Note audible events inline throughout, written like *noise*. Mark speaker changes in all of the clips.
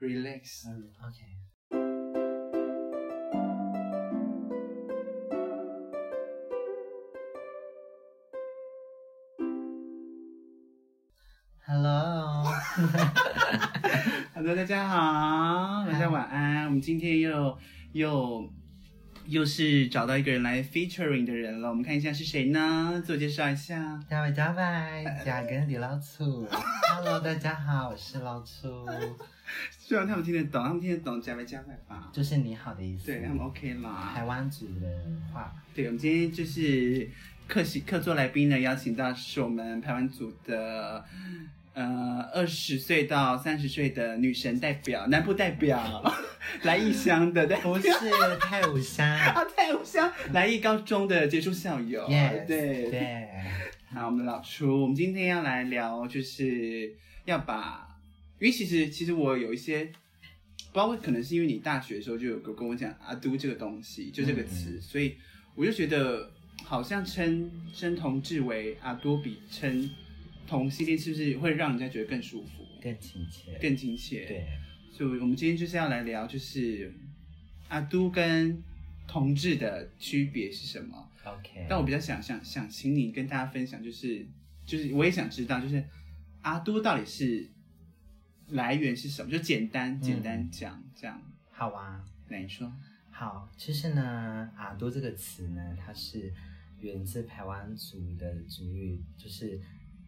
Speaker 1: relax。
Speaker 2: 嗯，OK。Hello， *laughs*
Speaker 1: Hello，大家好，大家晚安。我们今天又又又是找到一个人来 featuring 的人了，我们看一下是谁呢？自我介绍一下。
Speaker 2: 加外加外，加跟李老粗。Hello，大家好，我是老粗，
Speaker 1: 希望他们听得懂，他们听得懂加外加外吧？
Speaker 2: 就是你好的意思。
Speaker 1: 对他嗯们 OK 啦。
Speaker 2: 台湾族的话，
Speaker 1: 对，我们今天就是客席客座来宾呢，邀请到是我们台湾组的。呃，二十岁到三十岁的女神代表，南部代表， *laughs* 来异乡的，对，
Speaker 2: 不是太武
Speaker 1: *laughs*
Speaker 2: *laughs* 山。
Speaker 1: 啊，太武乡来一高中的杰出校友
Speaker 2: Yes，
Speaker 1: 对。
Speaker 2: 对，
Speaker 1: 好，我们老初，我们今天要来聊，就是要把，因为其实其实我有一些。不知道为可能是因为你大学的时候就有个跟我讲“啊阿都”这个东西，就这个词，所以我就觉得好像称称同志为阿都比称同性恋是不是会让人家觉得更舒服、
Speaker 2: 更亲切。
Speaker 1: 更亲切？
Speaker 2: 对，
Speaker 1: 所以我们今天就是要来聊，就是阿都跟同志的区别是什么？
Speaker 2: OK，
Speaker 1: 但我比较想想想请你跟大家分享，就是就是我也想知道，就是阿都到底是来源是什么？就简单简
Speaker 2: 嗯
Speaker 1: 单讲、这样。
Speaker 2: 好啊，
Speaker 1: 那你说，
Speaker 2: 好，就是呢，阿多这个词呢，它是源自台湾族的族语，就是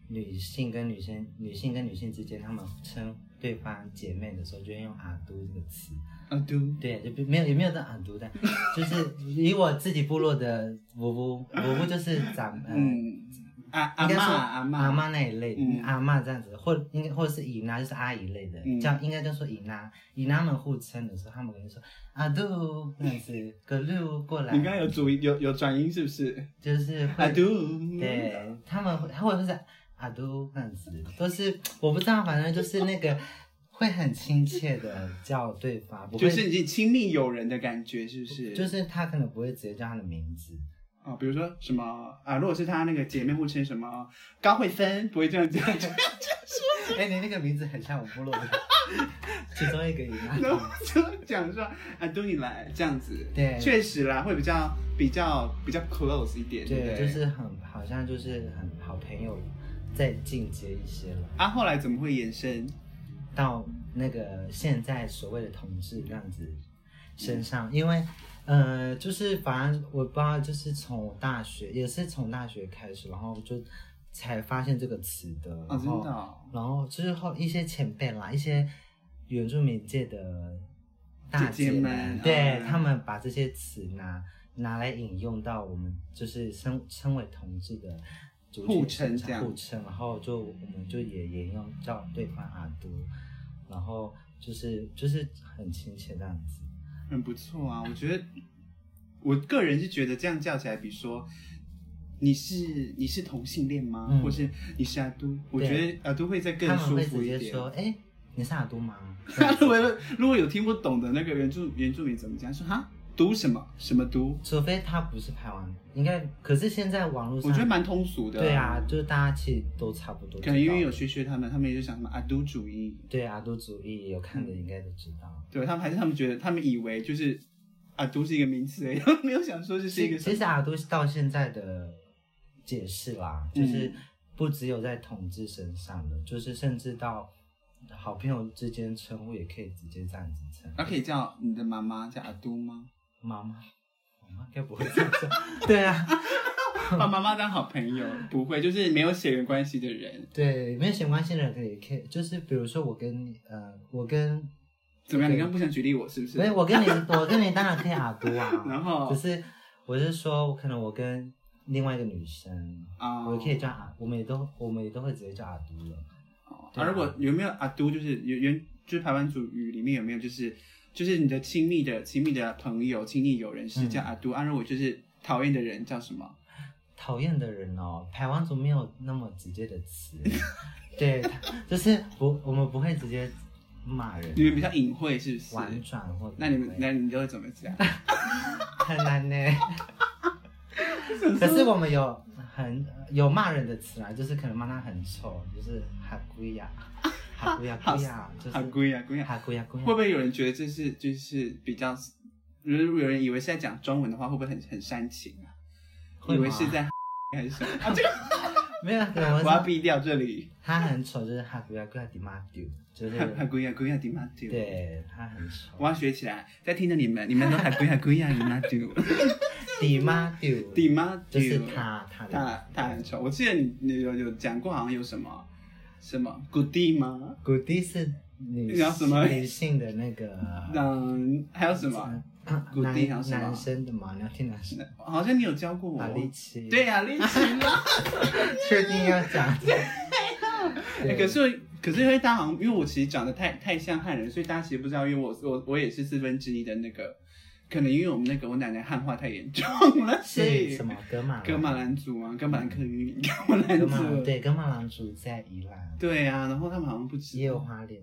Speaker 2: 女性跟女生、女性跟女性之间，她们称对方姐妹的时候，就会用阿多这个词。
Speaker 1: 阿都
Speaker 2: 对，就不没有也没有到阿多的， *laughs* 就是以我自己部落的伯伯，伯伯就是咱们。呃
Speaker 1: 嗯，阿阿
Speaker 2: 应该
Speaker 1: 妈
Speaker 2: 说
Speaker 1: 阿妈
Speaker 2: 阿妈那一类，
Speaker 1: 嗯
Speaker 2: 阿妈这样子，或应该或者是姨妈，就是阿姨类的，
Speaker 1: 嗯
Speaker 2: 叫应该叫做姨妈。姨妈们互称的时候，他们可能说阿杜这样子，格路过来，
Speaker 1: 你刚刚有主音有有转音是不是？
Speaker 2: 就是
Speaker 1: 阿
Speaker 2: 会，
Speaker 1: 都
Speaker 2: 对，他们会，或者是阿杜这样子，都是我不知道，反正就是那个会很亲切的叫对方，不会
Speaker 1: 就是已经亲密友人的感觉，是不是？
Speaker 2: 就是他可能不会直接叫他的名字，
Speaker 1: 啊、比如说什么啊，如果是她那个姐妹互称什么高慧芬，不会这样讲。 *laughs*
Speaker 2: 哎，你那个名字很像我部落的其中一个姨妈。
Speaker 1: 然后就讲说啊，都你来这样子，
Speaker 2: 对
Speaker 1: 确实啦，会比较比较比较 close 一点，对不
Speaker 2: 对，
Speaker 1: 对？
Speaker 2: 就是很好像就是很好朋友再进阶一些了，
Speaker 1: 啊，后来怎么会延伸？
Speaker 2: 到那个现在所谓的同志这样子身上，因为呃，就是反正我不知道，就是从大学也是从大学开始，然后就才发现这个词的，
Speaker 1: 啊，
Speaker 2: 然
Speaker 1: 真
Speaker 2: 后、
Speaker 1: 的哦、
Speaker 2: 然后就是后一些前辈啦，一些原住民界的大姐
Speaker 1: 姐们
Speaker 2: 对、
Speaker 1: 嗯
Speaker 2: 他们把这些词拿拿来引用到我们就是称称为同志的族群
Speaker 1: 互称这样
Speaker 2: 互称，然后就我们就也沿用叫对方阿都，然后就是就是很亲切这样子。
Speaker 1: 很不错啊，我觉得，我个人是觉得这样叫起来，比说。你是你是同性恋吗？
Speaker 2: 嗯
Speaker 1: 或是你是阿都？我
Speaker 2: 对
Speaker 1: 觉得阿都会再更
Speaker 2: 他们
Speaker 1: 舒
Speaker 2: 会
Speaker 1: 服
Speaker 2: 直
Speaker 1: 一
Speaker 2: 接
Speaker 1: 点。
Speaker 2: 说：“哎、你是阿都吗？”
Speaker 1: *laughs* 如果如果有听不懂的那个原住原住民怎么讲？说哈读什么什么读？
Speaker 2: 除非他不是台湾，应该可是现在网络上
Speaker 1: 我觉得蛮通俗的、
Speaker 2: 对啊，，就是大家其实都差不多知
Speaker 1: 可
Speaker 2: 道。
Speaker 1: 能因为有学学他们，他们也就想什么阿都主义，
Speaker 2: 对阿都主义有看的应该都知道。
Speaker 1: 对他们还是他们觉得他们以为就是阿都是一个名词而已，他们没有想说这是一
Speaker 2: 其
Speaker 1: 个什
Speaker 2: 其
Speaker 1: 么
Speaker 2: 实阿都到现在的解释啦，就是
Speaker 1: 嗯
Speaker 2: 不只有在统治身上的，就是甚至到好朋友之间称呼也可以直接这样子称
Speaker 1: 那可以叫你的妈妈叫阿都吗？
Speaker 2: 妈妈。妈妈该不会这样说？ *laughs* 对啊，
Speaker 1: 把妈妈当好朋友，不会，就是没有血缘关系的人，
Speaker 2: 对，没有相关性的人可以，可以，就是比如说我跟你，呃，我跟
Speaker 1: 怎么样？你刚刚不想举例我是不是。
Speaker 2: 所以？我跟你， *laughs* 我跟你当然可以阿都啊
Speaker 1: *laughs* 然后
Speaker 2: 只是我是说，可能我跟另外一个女生，
Speaker 1: 啊
Speaker 2: 我也可以叫阿，我们也都我们也都会直接叫阿都了。对
Speaker 1: 啊，
Speaker 2: 啊
Speaker 1: 如果有没有阿都，就是原原就是台湾主语里面有没有就是就是你的亲密的亲密的朋友、亲密友人是叫阿都，啊，如果就是讨厌的人叫什么？
Speaker 2: 讨厌的人哦，台湾族没有那么直接的
Speaker 1: *laughs*
Speaker 2: 词，对，就是不我们不会直接骂人，
Speaker 1: 你们比较隐晦是不是？
Speaker 2: 婉转或
Speaker 1: 那你们
Speaker 2: 隐晦
Speaker 1: 那你都会怎么讲？
Speaker 2: 很
Speaker 1: *laughs*
Speaker 2: 难呢。可是我们有啊很有骂人的词啦，就是可能骂他很丑，就是哈龟呀，哈古雅古雅，就是
Speaker 1: 好贵呀，贵呀。
Speaker 2: 哈古雅古雅，
Speaker 1: 会不会有人觉得这是就是比较，如果有人以为是在讲中文的话，会不会很很煽情啊？
Speaker 2: 会
Speaker 1: 以
Speaker 2: 吗
Speaker 1: 为是在还是什么？啊，这个
Speaker 2: 没有？可能
Speaker 1: 我要
Speaker 2: 是
Speaker 1: 逼掉这里。
Speaker 2: 他很丑，就是哈古雅古雅迪马丢，就是
Speaker 1: 很贵呀，贵呀，迪马丢。，
Speaker 2: 对他很丑，
Speaker 1: 我要学起来。在听着你们，你们都还贵呀，贵呀，迪马丢，
Speaker 2: 迪马丢，
Speaker 1: 迪马
Speaker 2: 就
Speaker 1: 丢
Speaker 2: 是。他他的
Speaker 1: 他他很丑。我记得你你有有讲过，好像有什么什么古地吗？
Speaker 2: 古迪是女
Speaker 1: 你要什么
Speaker 2: 女性的那个
Speaker 1: 嗯，还有什么？
Speaker 2: 嗯
Speaker 1: 古迪好像
Speaker 2: 男
Speaker 1: 是吧
Speaker 2: 男生的嘛，你要听男生的
Speaker 1: 好像你有教过我
Speaker 2: 阿。力奇，
Speaker 1: 对，呀，丽琴啊。
Speaker 2: 确定要讲
Speaker 1: 哎
Speaker 2: *laughs* 对
Speaker 1: 可是可是因为大家好像，因为我其实长得太太像汉人，所以大家其实不知道，因为我我我也是四分之一的那个，可能因为我们那个我奶奶汉化太严重了， *laughs* 所
Speaker 2: 是
Speaker 1: 以
Speaker 2: 什么？格马
Speaker 1: 哥马兰族啊，哥马兰克语，哥马兰
Speaker 2: 格马兰
Speaker 1: 族。
Speaker 2: 对格马兰族在宜兰，
Speaker 1: 对啊，然后他们好像不知
Speaker 2: 也有花莲，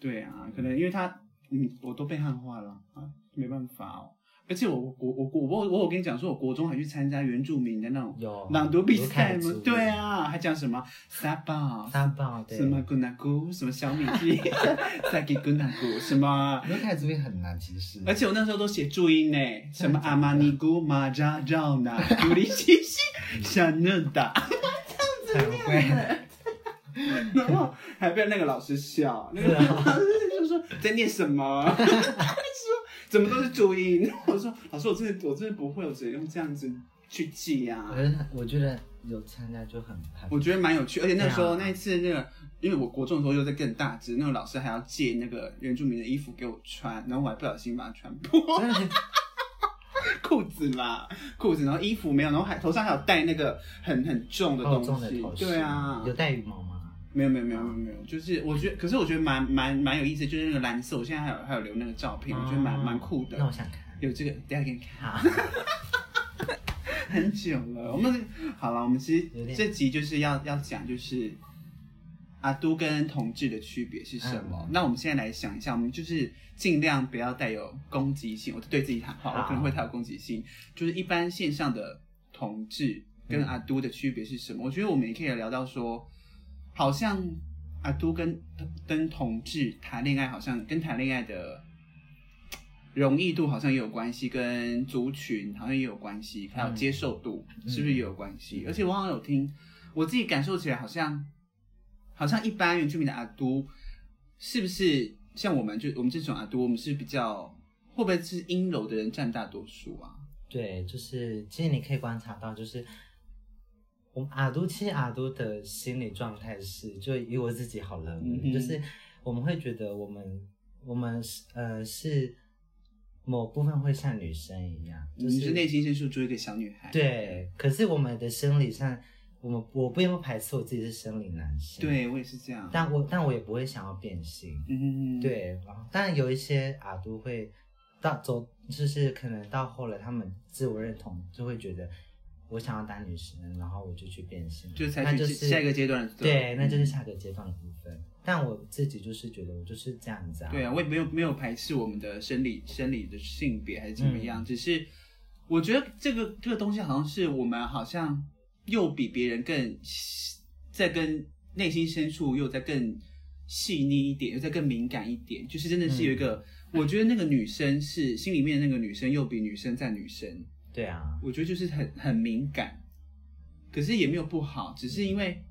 Speaker 1: 对啊，可能因为他，嗯，我都被汉化了啊，没办法哦。而且我我我我我我有跟你讲说，我国中还去参加原住民的那种
Speaker 2: 哦有
Speaker 1: 朗读比赛
Speaker 2: 卢凯
Speaker 1: 吗
Speaker 2: 族？
Speaker 1: 对，啊，还讲什
Speaker 2: *laughs*
Speaker 1: 么沙巴，
Speaker 2: 三宝对
Speaker 1: 什。么古纳古，什么小米鸡， *laughs* 再给古纳古，什么。
Speaker 2: 卢凯族也很难，其实。
Speaker 1: 而且我那时候都写注音呢，什么阿玛尼古玛扎绕
Speaker 2: *laughs*
Speaker 1: 那古里西西沙嫩达，
Speaker 2: 很会，
Speaker 1: 然后还被那个老师笑，那个
Speaker 2: 是啊
Speaker 1: 老师就说在念什么， *laughs* 他说怎么都是注音。 *laughs* 然后我说老师，我真的我真的不会，我只能用这样子去记啊
Speaker 2: *laughs* 我。觉得我觉得有参加就很很
Speaker 1: 我觉得蛮有趣，而且那时候、
Speaker 2: 对啊
Speaker 1: 那一次那个，因为我国中的时候又在更大只，那个老师还要借那个原住民的衣服给我穿，然后我还不小心把它穿破
Speaker 2: 真
Speaker 1: *laughs*
Speaker 2: 的很
Speaker 1: 裤子啦，裤子，然后衣服没有，然后还头上还有戴那个很很重的
Speaker 2: 厚
Speaker 1: 东
Speaker 2: 重的
Speaker 1: 西
Speaker 2: 头，饰，
Speaker 1: 对啊，
Speaker 2: 有戴羽毛吗？
Speaker 1: 没有没有没有没有没有，就是我觉得，可是我觉得蛮蛮蛮有意思，就是那个蓝色，我现在还有还有留那个照片，哎我觉得蛮蛮酷
Speaker 2: 哦那
Speaker 1: 的
Speaker 2: 我。想看。
Speaker 1: 有这个，等一下给你看。
Speaker 2: 好，
Speaker 1: *laughs* 很久了，我们好了，我们其
Speaker 2: 有
Speaker 1: 实
Speaker 2: 点
Speaker 1: 这集就是要要讲就是阿都跟同志的区别是什么。
Speaker 2: 嗯
Speaker 1: 那我们现在来想一下，我们就是尽量不要带有攻击性，我对自己喊话，
Speaker 2: 好
Speaker 1: 我可能会太有攻击性。就是一般线上的同志跟
Speaker 2: 嗯
Speaker 1: 阿都的区别是什么？我觉得我们也可以聊到说，好像阿都跟跟同志谈恋爱，好像跟谈恋爱的。容易度好像也有关系，跟族群好像也有关系，还有
Speaker 2: 嗯
Speaker 1: 接受度、是不是也有关系？而且我好像有听，我自己感受起来好像，好像一般原住民的阿都，是不是像我们就我们这种阿都，我们是比较会不会是阴柔的人占大多数啊？
Speaker 2: 对，就是其实你可以观察到，就是我们阿都其实阿都的心理状态是，就以我自己好了，
Speaker 1: 嗯哼
Speaker 2: 就是我们会觉得我们我们是呃是某部分会像女生一样，就
Speaker 1: 你是
Speaker 2: 是
Speaker 1: 内心深处住一个小女孩，
Speaker 2: 对，可是我们的生理上，我们我并不排斥我自己是生理男性，，
Speaker 1: 对我也是这样，
Speaker 2: 但我但我也不会想要变性，
Speaker 1: 嗯，
Speaker 2: 对，然后当然有一些阿都会到走，就是可能到后来他们自我认同就会觉得我想要当女生，然后我就去变性，
Speaker 1: 就采
Speaker 2: 那
Speaker 1: 取
Speaker 2: 就
Speaker 1: 下
Speaker 2: 是
Speaker 1: 下一个阶段的
Speaker 2: 对，那就是
Speaker 1: 嗯
Speaker 2: 下个阶段的部分。但我自己就是觉得我就是这样子啊，
Speaker 1: 对啊，我也没有没有排斥我们的生理生理的性别还是怎么样，只是我觉得这个这个东西好像是我们好像又比别人更细在跟内心深处又在更细腻一点，又在更敏感一点，就是真的是有一个，我觉得那个女生是心里面那个女生又比女生在女生，
Speaker 2: 对啊，
Speaker 1: 我觉得就是很很敏感，可是也没有不好，只是因为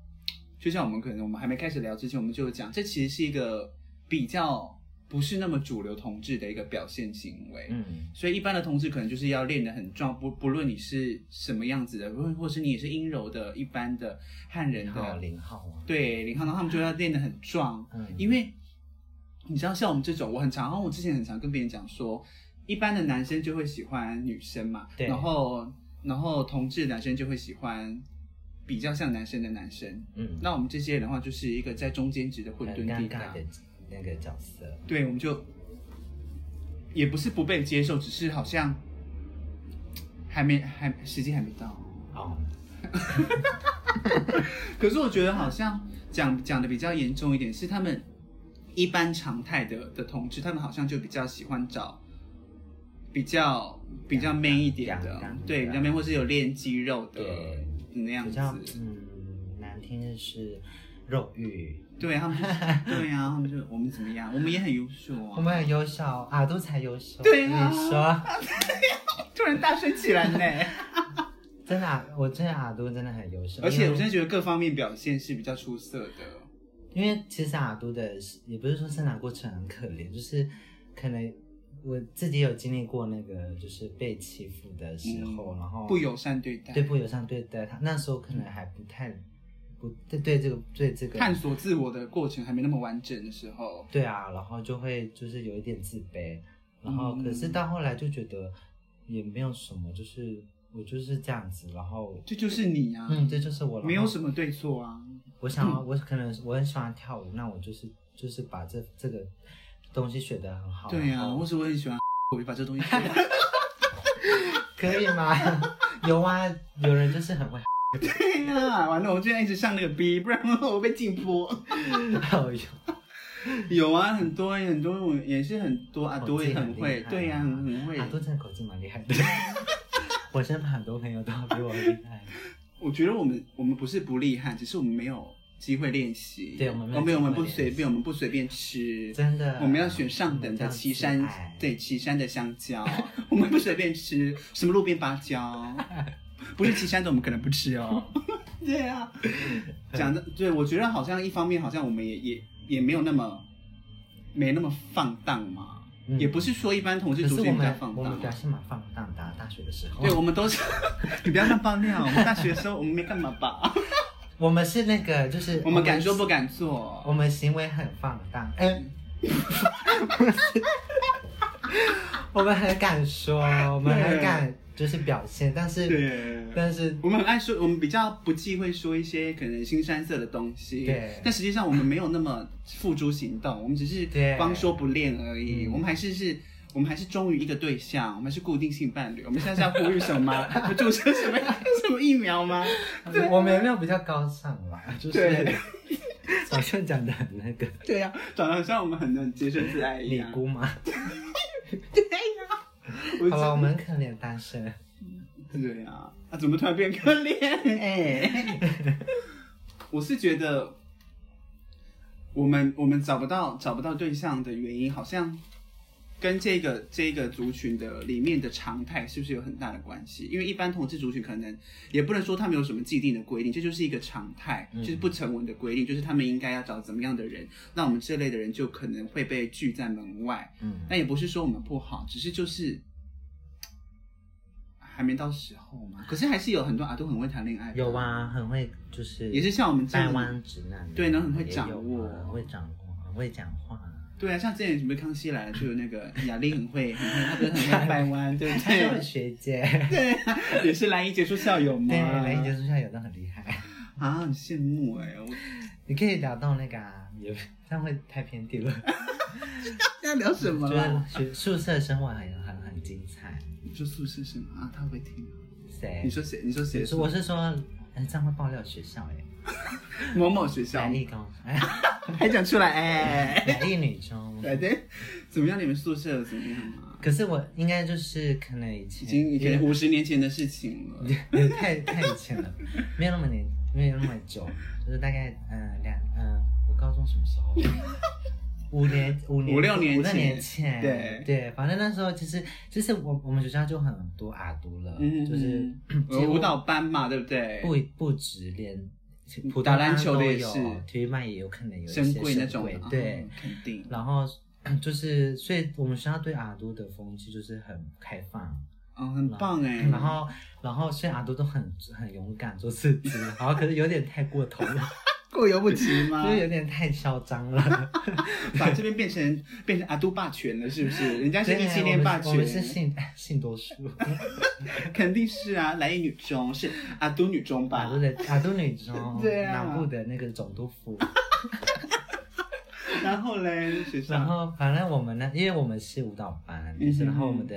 Speaker 1: 就像我们可能我们还没开始聊之前，我们就有讲，这其实是一个比较不是那么主流同志的一个表现行为。
Speaker 2: 嗯，
Speaker 1: 所以一般的同志可能就是要练得很壮，不不论你是什么样子的，或或是你也是阴柔的、一般的汉人
Speaker 2: 零号
Speaker 1: 的，
Speaker 2: 零号啊，
Speaker 1: 对林康然后他们就要练得很壮，
Speaker 2: 嗯，
Speaker 1: 因为你知道，像我们这种，我很常，然后我之前很常跟别人讲说，一般的男生就会喜欢女生嘛，
Speaker 2: 对
Speaker 1: 然后然后同志的男生就会喜欢比较像男生的男生，
Speaker 2: 嗯，
Speaker 1: 那我们这些人的话，就是一个在中间值的混沌
Speaker 2: 很
Speaker 1: 地
Speaker 2: 尴
Speaker 1: 带
Speaker 2: 尬，的那个角色，
Speaker 1: 对，我们就也不是不被接受，只是好像还没还时间还没到。
Speaker 2: 哦，
Speaker 1: 可是我觉得好像讲讲的比较严重一点，是他们一般常态的的同志，他们好像就比较喜欢找比较比较 man 一点
Speaker 2: 阳
Speaker 1: 的
Speaker 2: 刚，
Speaker 1: 对，比较 man 或是有练肌肉的
Speaker 2: 对
Speaker 1: 那样
Speaker 2: 比较
Speaker 1: 子，
Speaker 2: 嗯难听的是，肉欲，
Speaker 1: 对他们
Speaker 2: *laughs*
Speaker 1: 就，对呀、他们就我们怎么样？我们也很优秀
Speaker 2: 我
Speaker 1: 啊！
Speaker 2: 们很优秀，阿都才优秀。
Speaker 1: 对
Speaker 2: 你
Speaker 1: 啊
Speaker 2: 说
Speaker 1: 突然大声起来
Speaker 2: *laughs*
Speaker 1: 呢，
Speaker 2: 真的啊，我真的阿都真的很优秀，
Speaker 1: 而且我
Speaker 2: 因
Speaker 1: 真
Speaker 2: 为
Speaker 1: 的觉得各方面表现是比较出色的。
Speaker 2: 因为其实阿都的也不是说生长过程很可怜，就是可能我自己有经历过那个就是被欺负的时候，
Speaker 1: 嗯
Speaker 2: 然后
Speaker 1: 不友善对待，
Speaker 2: 对不友善对待他，那时候可能还不太不对对这个对这个
Speaker 1: 探索自我的过程还没那么完整的时候，
Speaker 2: 对啊，然后就会就是有一点自卑，然后
Speaker 1: 嗯
Speaker 2: 可是到后来就觉得也没有什么，就是我就是这样子，然后
Speaker 1: 这就是你啊，
Speaker 2: 嗯，这就是我，
Speaker 1: 没有什
Speaker 2: 么，
Speaker 1: 么对错啊。
Speaker 2: 我想要我可能我很喜欢跳舞，那我就是就是把这这个东西学得很好，
Speaker 1: 对呀、
Speaker 2: 然
Speaker 1: 啊，
Speaker 2: 后
Speaker 1: 或是我很喜
Speaker 2: *laughs*
Speaker 1: 欢，我就把这东西学好。
Speaker 2: 可以吗？ *laughs* 有啊，有人就是很会， *laughs*
Speaker 1: 对哎呀、完了，我就要一直上那个 B，不然我被禁
Speaker 2: *laughs*
Speaker 1: 播。
Speaker 2: 哦哟
Speaker 1: 有啊，很多很多，我也是很多啊，
Speaker 2: 口
Speaker 1: 多
Speaker 2: 技
Speaker 1: 也
Speaker 2: 哦很
Speaker 1: 很会
Speaker 2: 厉，害
Speaker 1: 对呀、很很会。
Speaker 2: 阿多真的啊口技蛮厉害的， *laughs* 我身旁很多朋友都比我厉害，
Speaker 1: 我觉得我们我们不是不厉害，只是我们没有机会练习。哦
Speaker 2: 对我们没有
Speaker 1: 我们我们
Speaker 2: 机会
Speaker 1: 不
Speaker 2: 练
Speaker 1: 随便，
Speaker 2: 习
Speaker 1: 我们不随便吃。
Speaker 2: 真的，
Speaker 1: 我们要选上等的
Speaker 2: 叫
Speaker 1: 岐
Speaker 2: 嗯自
Speaker 1: 山
Speaker 2: 爱，
Speaker 1: 对岐山的香蕉， *laughs* 我们不随便吃什么路边芭
Speaker 2: *laughs*
Speaker 1: 蕉，不是岐山的我们可能不吃哦。 *laughs* 对
Speaker 2: *laughs*
Speaker 1: 啊，讲的对，我觉得好像一方面好像我们也也也没有那么没那么放荡嘛，
Speaker 2: 嗯
Speaker 1: 也不是说一般同志
Speaker 2: 可
Speaker 1: 族
Speaker 2: 是我
Speaker 1: 群比较
Speaker 2: 们
Speaker 1: 放
Speaker 2: 我
Speaker 1: 荡
Speaker 2: 们。表现蛮放荡的啊、大学的时候。
Speaker 1: 对，我们
Speaker 2: *laughs*
Speaker 1: 都是，你不要乱爆料。我们大学的时候，我们没干嘛吧？ *laughs*
Speaker 2: 我们是那个，就是
Speaker 1: 我们敢说不，敢做。
Speaker 2: 我们行为很放荡。哎、 *laughs* 我们很敢说，我们很敢就是表现，但是
Speaker 1: 对，
Speaker 2: 但是
Speaker 1: 我们很爱说，我们比较不忌讳说一些可能新山色的东西，
Speaker 2: 对
Speaker 1: 但实际上我们没有那么付诸行动，我们只是
Speaker 2: 对
Speaker 1: 光说不练而已。
Speaker 2: 嗯
Speaker 1: 我们还是是，我们还是忠于一个对象，我们还是固定性伴侣。我们现在是要呼吁什么
Speaker 2: *laughs*
Speaker 1: 吗？要注射什么什么疫苗吗？对
Speaker 2: 我们也没有比较高尚啦，就是
Speaker 1: 对
Speaker 2: *laughs* 好像讲的很那个
Speaker 1: 对呀、长得很像我们很能洁身自爱一
Speaker 2: 李
Speaker 1: 样。
Speaker 2: 姑嘛。
Speaker 1: 我
Speaker 2: 好了，我们很可怜单身，
Speaker 1: *laughs* 对呀、啊，怎么突然变可怜？哎、 *laughs* 我是觉得我们我们找不到找不到对象的原因，好像跟这个这个族群的里面的常态是不是有很大的关系？因为一般同志族群可能也不能说他们有什么既定的规定，这就是一个常态，
Speaker 2: 嗯
Speaker 1: 就是不成文的规定，就是他们应该要找怎么样的人，那我们这类的人就可能会被拒在门外。
Speaker 2: 嗯，
Speaker 1: 但也不是说我们不好，只是就是嘖还没到时候嘛。可是还是有很多阿都很会谈恋爱，
Speaker 2: 有，啊，很会就是
Speaker 1: 也是像我们这
Speaker 2: 掰
Speaker 1: 样
Speaker 2: 弯直男，
Speaker 1: 对然后很会
Speaker 2: 也有
Speaker 1: 掌
Speaker 2: 啊
Speaker 1: 握
Speaker 2: 很会掌握，很会讲话。
Speaker 1: 对啊，像之前什么《康熙来了》就有那
Speaker 2: *laughs*
Speaker 1: 个雅丽很会，很会，她不是很会掰弯，对不
Speaker 2: 她是我
Speaker 1: 对？
Speaker 2: 学姐，
Speaker 1: 对啊， *laughs* 也是蓝衣杰出校友嘛。
Speaker 2: *laughs* 对，雷杰出校友都很厉害。
Speaker 1: 啊，很羡慕哎、我
Speaker 2: 你可以聊到那个啊，也这样会太偏题了。
Speaker 1: 要聊什么
Speaker 2: 就
Speaker 1: 啦？
Speaker 2: 是学宿舍生活很很很精彩。
Speaker 1: 你说宿舍什么啊？他会听啊。
Speaker 2: 谁？
Speaker 1: 你说谁？你说谁
Speaker 2: 你？说我是说，哎，这样会爆料学校哎，
Speaker 1: 某某学校
Speaker 2: 来，立高，哎，
Speaker 1: 还讲出来哎、
Speaker 2: *laughs* 来立女
Speaker 1: *laughs*
Speaker 2: 中。
Speaker 1: 对对，怎么样？你们宿舍怎么样啊？
Speaker 2: 可是我应该就是可能以
Speaker 1: 已
Speaker 2: 前
Speaker 1: 经已经五十年前的事情了。
Speaker 2: 也太太以前了，没有那么年，没有那么久，就是大概嗯两嗯，我高中什么时候？五年五年
Speaker 1: 五六年
Speaker 2: 五六
Speaker 1: 前
Speaker 2: 年前，
Speaker 1: 对
Speaker 2: 对，反正那时候其实就是我我们学校就很多阿都了，
Speaker 1: 嗯，
Speaker 2: 就是
Speaker 1: 有舞蹈班嘛，对不对？
Speaker 2: 不不止连普
Speaker 1: 打篮球的也是
Speaker 2: 体育班也有可能有一些
Speaker 1: 珍贵那种
Speaker 2: 神
Speaker 1: 的，
Speaker 2: 棍
Speaker 1: 啊
Speaker 2: 对，
Speaker 1: 肯定。
Speaker 2: 然后就是所以我们学校对阿都的风气就是很开放，
Speaker 1: 嗯，很棒哎。
Speaker 2: 然后，然后虽然阿多都很很勇敢做自己，然后可是有点太过头了，
Speaker 1: 过犹不及吗
Speaker 2: 就是有点太嚣张了。
Speaker 1: 把这边变成变成阿都霸权了，是不是？
Speaker 2: *laughs*
Speaker 1: 人家是异性恋霸
Speaker 2: 对我们是我们是
Speaker 1: 权，
Speaker 2: *laughs* 性性
Speaker 1: *laughs*
Speaker 2: 多数，
Speaker 1: 肯定是啊。来一女中是阿都女中
Speaker 2: 阿
Speaker 1: 吧？
Speaker 2: 多的阿多女中，
Speaker 1: 对啊
Speaker 2: 南部的那个总督府。
Speaker 1: 然后嘞，学
Speaker 2: 然
Speaker 1: 校
Speaker 2: 后反正我们呢，因为我们是舞蹈班，
Speaker 1: 啊嗯哼
Speaker 2: 然后我们的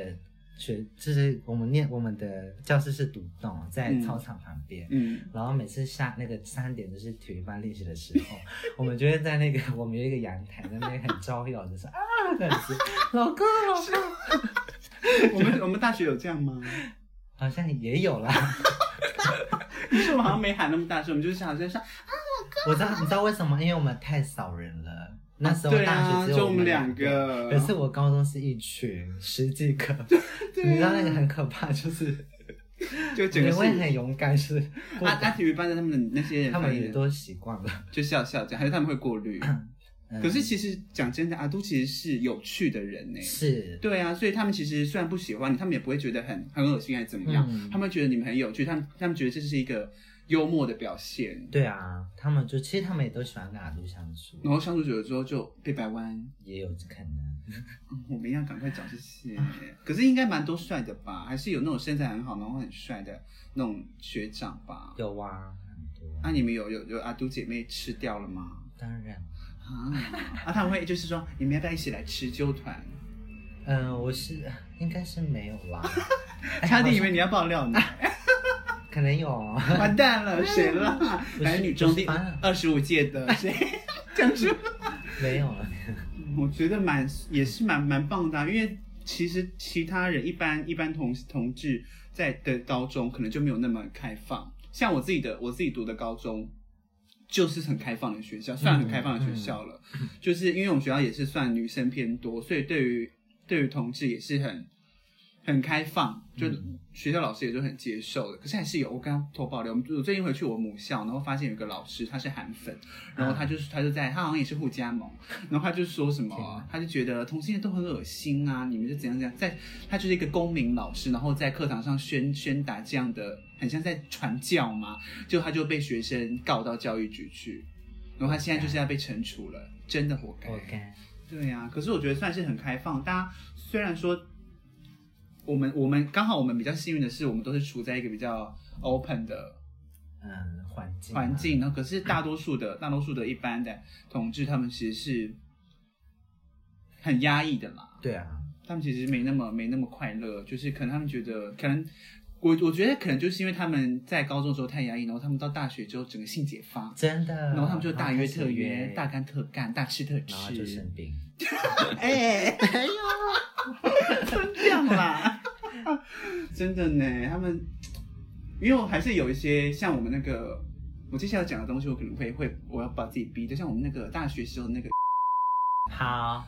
Speaker 2: 学就是我们念我们的教室是独栋，在
Speaker 1: 嗯
Speaker 2: 操场旁边。
Speaker 1: 嗯，
Speaker 2: 然后每次下那个三点就是体育班练习的时候， *laughs* 我们就会在那个 *laughs* 我们有一个阳台，在那边很招摇的说啊，这样
Speaker 1: *laughs*
Speaker 2: 子，老公老公，
Speaker 1: 我们我们大学有这样吗？
Speaker 2: 好像也有啦， *laughs*
Speaker 1: 可是我们好像没喊那么大声，我们就是好像说啊，
Speaker 2: 我知道，你知道为什么？因为我们太少人了。那时候
Speaker 1: 对
Speaker 2: 大
Speaker 1: 啊，
Speaker 2: 学只
Speaker 1: 就
Speaker 2: 有
Speaker 1: 我们
Speaker 2: 们
Speaker 1: 两
Speaker 2: 个，
Speaker 1: 个，
Speaker 2: 可是我高中是一群十几个，
Speaker 1: *laughs* 对啊
Speaker 2: 你知道那个很可怕，就是
Speaker 1: 就 *laughs* 整
Speaker 2: 你
Speaker 1: 个
Speaker 2: 会
Speaker 1: 是。
Speaker 2: 很勇敢，是不
Speaker 1: 啊
Speaker 2: 敢
Speaker 1: 啊！体育班的他们的那些人，
Speaker 2: 他们也
Speaker 1: 也
Speaker 2: 都习惯了。
Speaker 1: 就笑笑这样，还是他们会过滤。
Speaker 2: 嗯
Speaker 1: 可是其实讲真的，阿都其实是有趣的人呢、
Speaker 2: 是
Speaker 1: 对啊，所以他们其实虽然不喜欢你，他们也不会觉得很很恶心还是怎么样，
Speaker 2: 嗯
Speaker 1: 他们觉得你们很有趣，他们他们觉得这是一个幽默的表现。
Speaker 2: 对啊，他们就其实他们也都喜欢跟阿杜相处，
Speaker 1: 然后相处久了之后就被掰弯，
Speaker 2: 也有可能。
Speaker 1: 嗯我们一样赶快找这些。
Speaker 2: 啊
Speaker 1: 可是应该蛮多帅的吧？还是有那种身材很好，然后很帅的那种学长吧？
Speaker 2: 有啊，很多。
Speaker 1: 那、你们有有有阿都姐妹吃掉了吗？
Speaker 2: 当然，
Speaker 1: 啊，啊，他们会就是说你们要不要一起来吃纠团？
Speaker 2: 嗯、我是应该是没有啦，哎
Speaker 1: 差点以为你要爆料
Speaker 2: *laughs*
Speaker 1: 呢，
Speaker 2: 可能有 *laughs* 哦。
Speaker 1: 完蛋了，谁了？
Speaker 2: 不是
Speaker 1: 男女中第
Speaker 2: 不是吧
Speaker 1: 二十五届的
Speaker 2: *laughs*
Speaker 1: 谁讲出？
Speaker 2: 没有了。
Speaker 1: 我觉得蛮也是蛮蛮棒的啊、因为其实其他人一般一般同同志在的高中可能就没有那么开放，像我自己的我自己读的高中。就是很开放的学校，算很开放的学校了。就是因为我们学校也是算女生偏多，所以对于对于同志也是很很开放，就学校老师也都很接受的。可是还是有，我刚刚偷爆料，我们我最近回去我母校，然后发现有个老师他是韩粉，然后他就是他就在他好像也是互加盟，然后他就说什么
Speaker 2: 天哪
Speaker 1: 啊，他就觉得同性恋都很恶心啊，你们就怎样怎样，在他就是一个公民老师，然后在课堂上宣宣达这样的，很像在传教嘛，就他就被学生告到教育局去，然后他现在就是要被惩处了，真的活该。
Speaker 2: 我该
Speaker 1: 对呀、可是我觉得算是很开放。大家虽然说，我们我们刚好我们比较幸运的是，我们都是处在一个比较 open 的
Speaker 2: 嗯环境啊
Speaker 1: 环境，然后可是大多数的大多数的一般的同志，他们其实是很压抑的啦。
Speaker 2: 对啊，
Speaker 1: 他们其实没那么没那么快乐，就是可能他们觉得可能。我我觉得可能就是因为他们在高中的时候太压抑，然后他们到大学之后整个性解放，
Speaker 2: 真的。
Speaker 1: 然后他们就大约特
Speaker 2: 嗯然
Speaker 1: 约、
Speaker 2: 后
Speaker 1: 大
Speaker 2: 开始
Speaker 1: 干特干、大吃特吃，
Speaker 2: 约，然后就生病。
Speaker 1: 哎，没有，这样啦， *laughs* 真的呢，他们，因为我还是有一些像我们那个，我接下来讲的东西，我可能会会，我要把自己逼，就像我们那个大学时候那个，
Speaker 2: 好，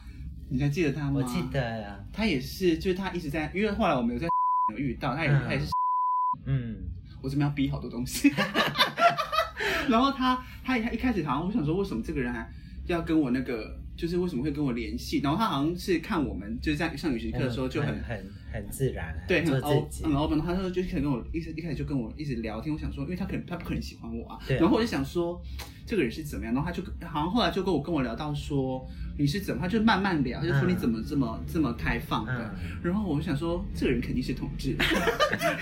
Speaker 1: 你还记得他吗？
Speaker 2: 我记，得，
Speaker 1: 他也是，就是他一直在，因为后来我们有在 *laughs* 有遇到，他也、
Speaker 2: 嗯
Speaker 1: 他也是，
Speaker 2: 嗯，
Speaker 1: 我这边要逼好多东
Speaker 2: *laughs*
Speaker 1: 西，然后他他他一开始好像我想说，为什么这个人还要跟我那个。就是为什么会跟我联系？然后他好像是看我们就是在上语学课的时候就很
Speaker 2: 嗯很很很自然，
Speaker 1: 对，很哦
Speaker 2: 做
Speaker 1: 欧
Speaker 2: 自己
Speaker 1: 很，欧本，他说就可能跟我一直一开始就跟我一直聊天，我想说，因为他可能他不可能喜欢我啊，
Speaker 2: 对啊
Speaker 1: 然后我就想说这个人是怎么样，然后他就好像后来就跟我跟我聊到说你是怎么，他就慢慢聊，他就说
Speaker 2: 嗯
Speaker 1: 你怎么这么、这么开放的，
Speaker 2: 嗯，
Speaker 1: 然后我就想说这个人肯定是同志，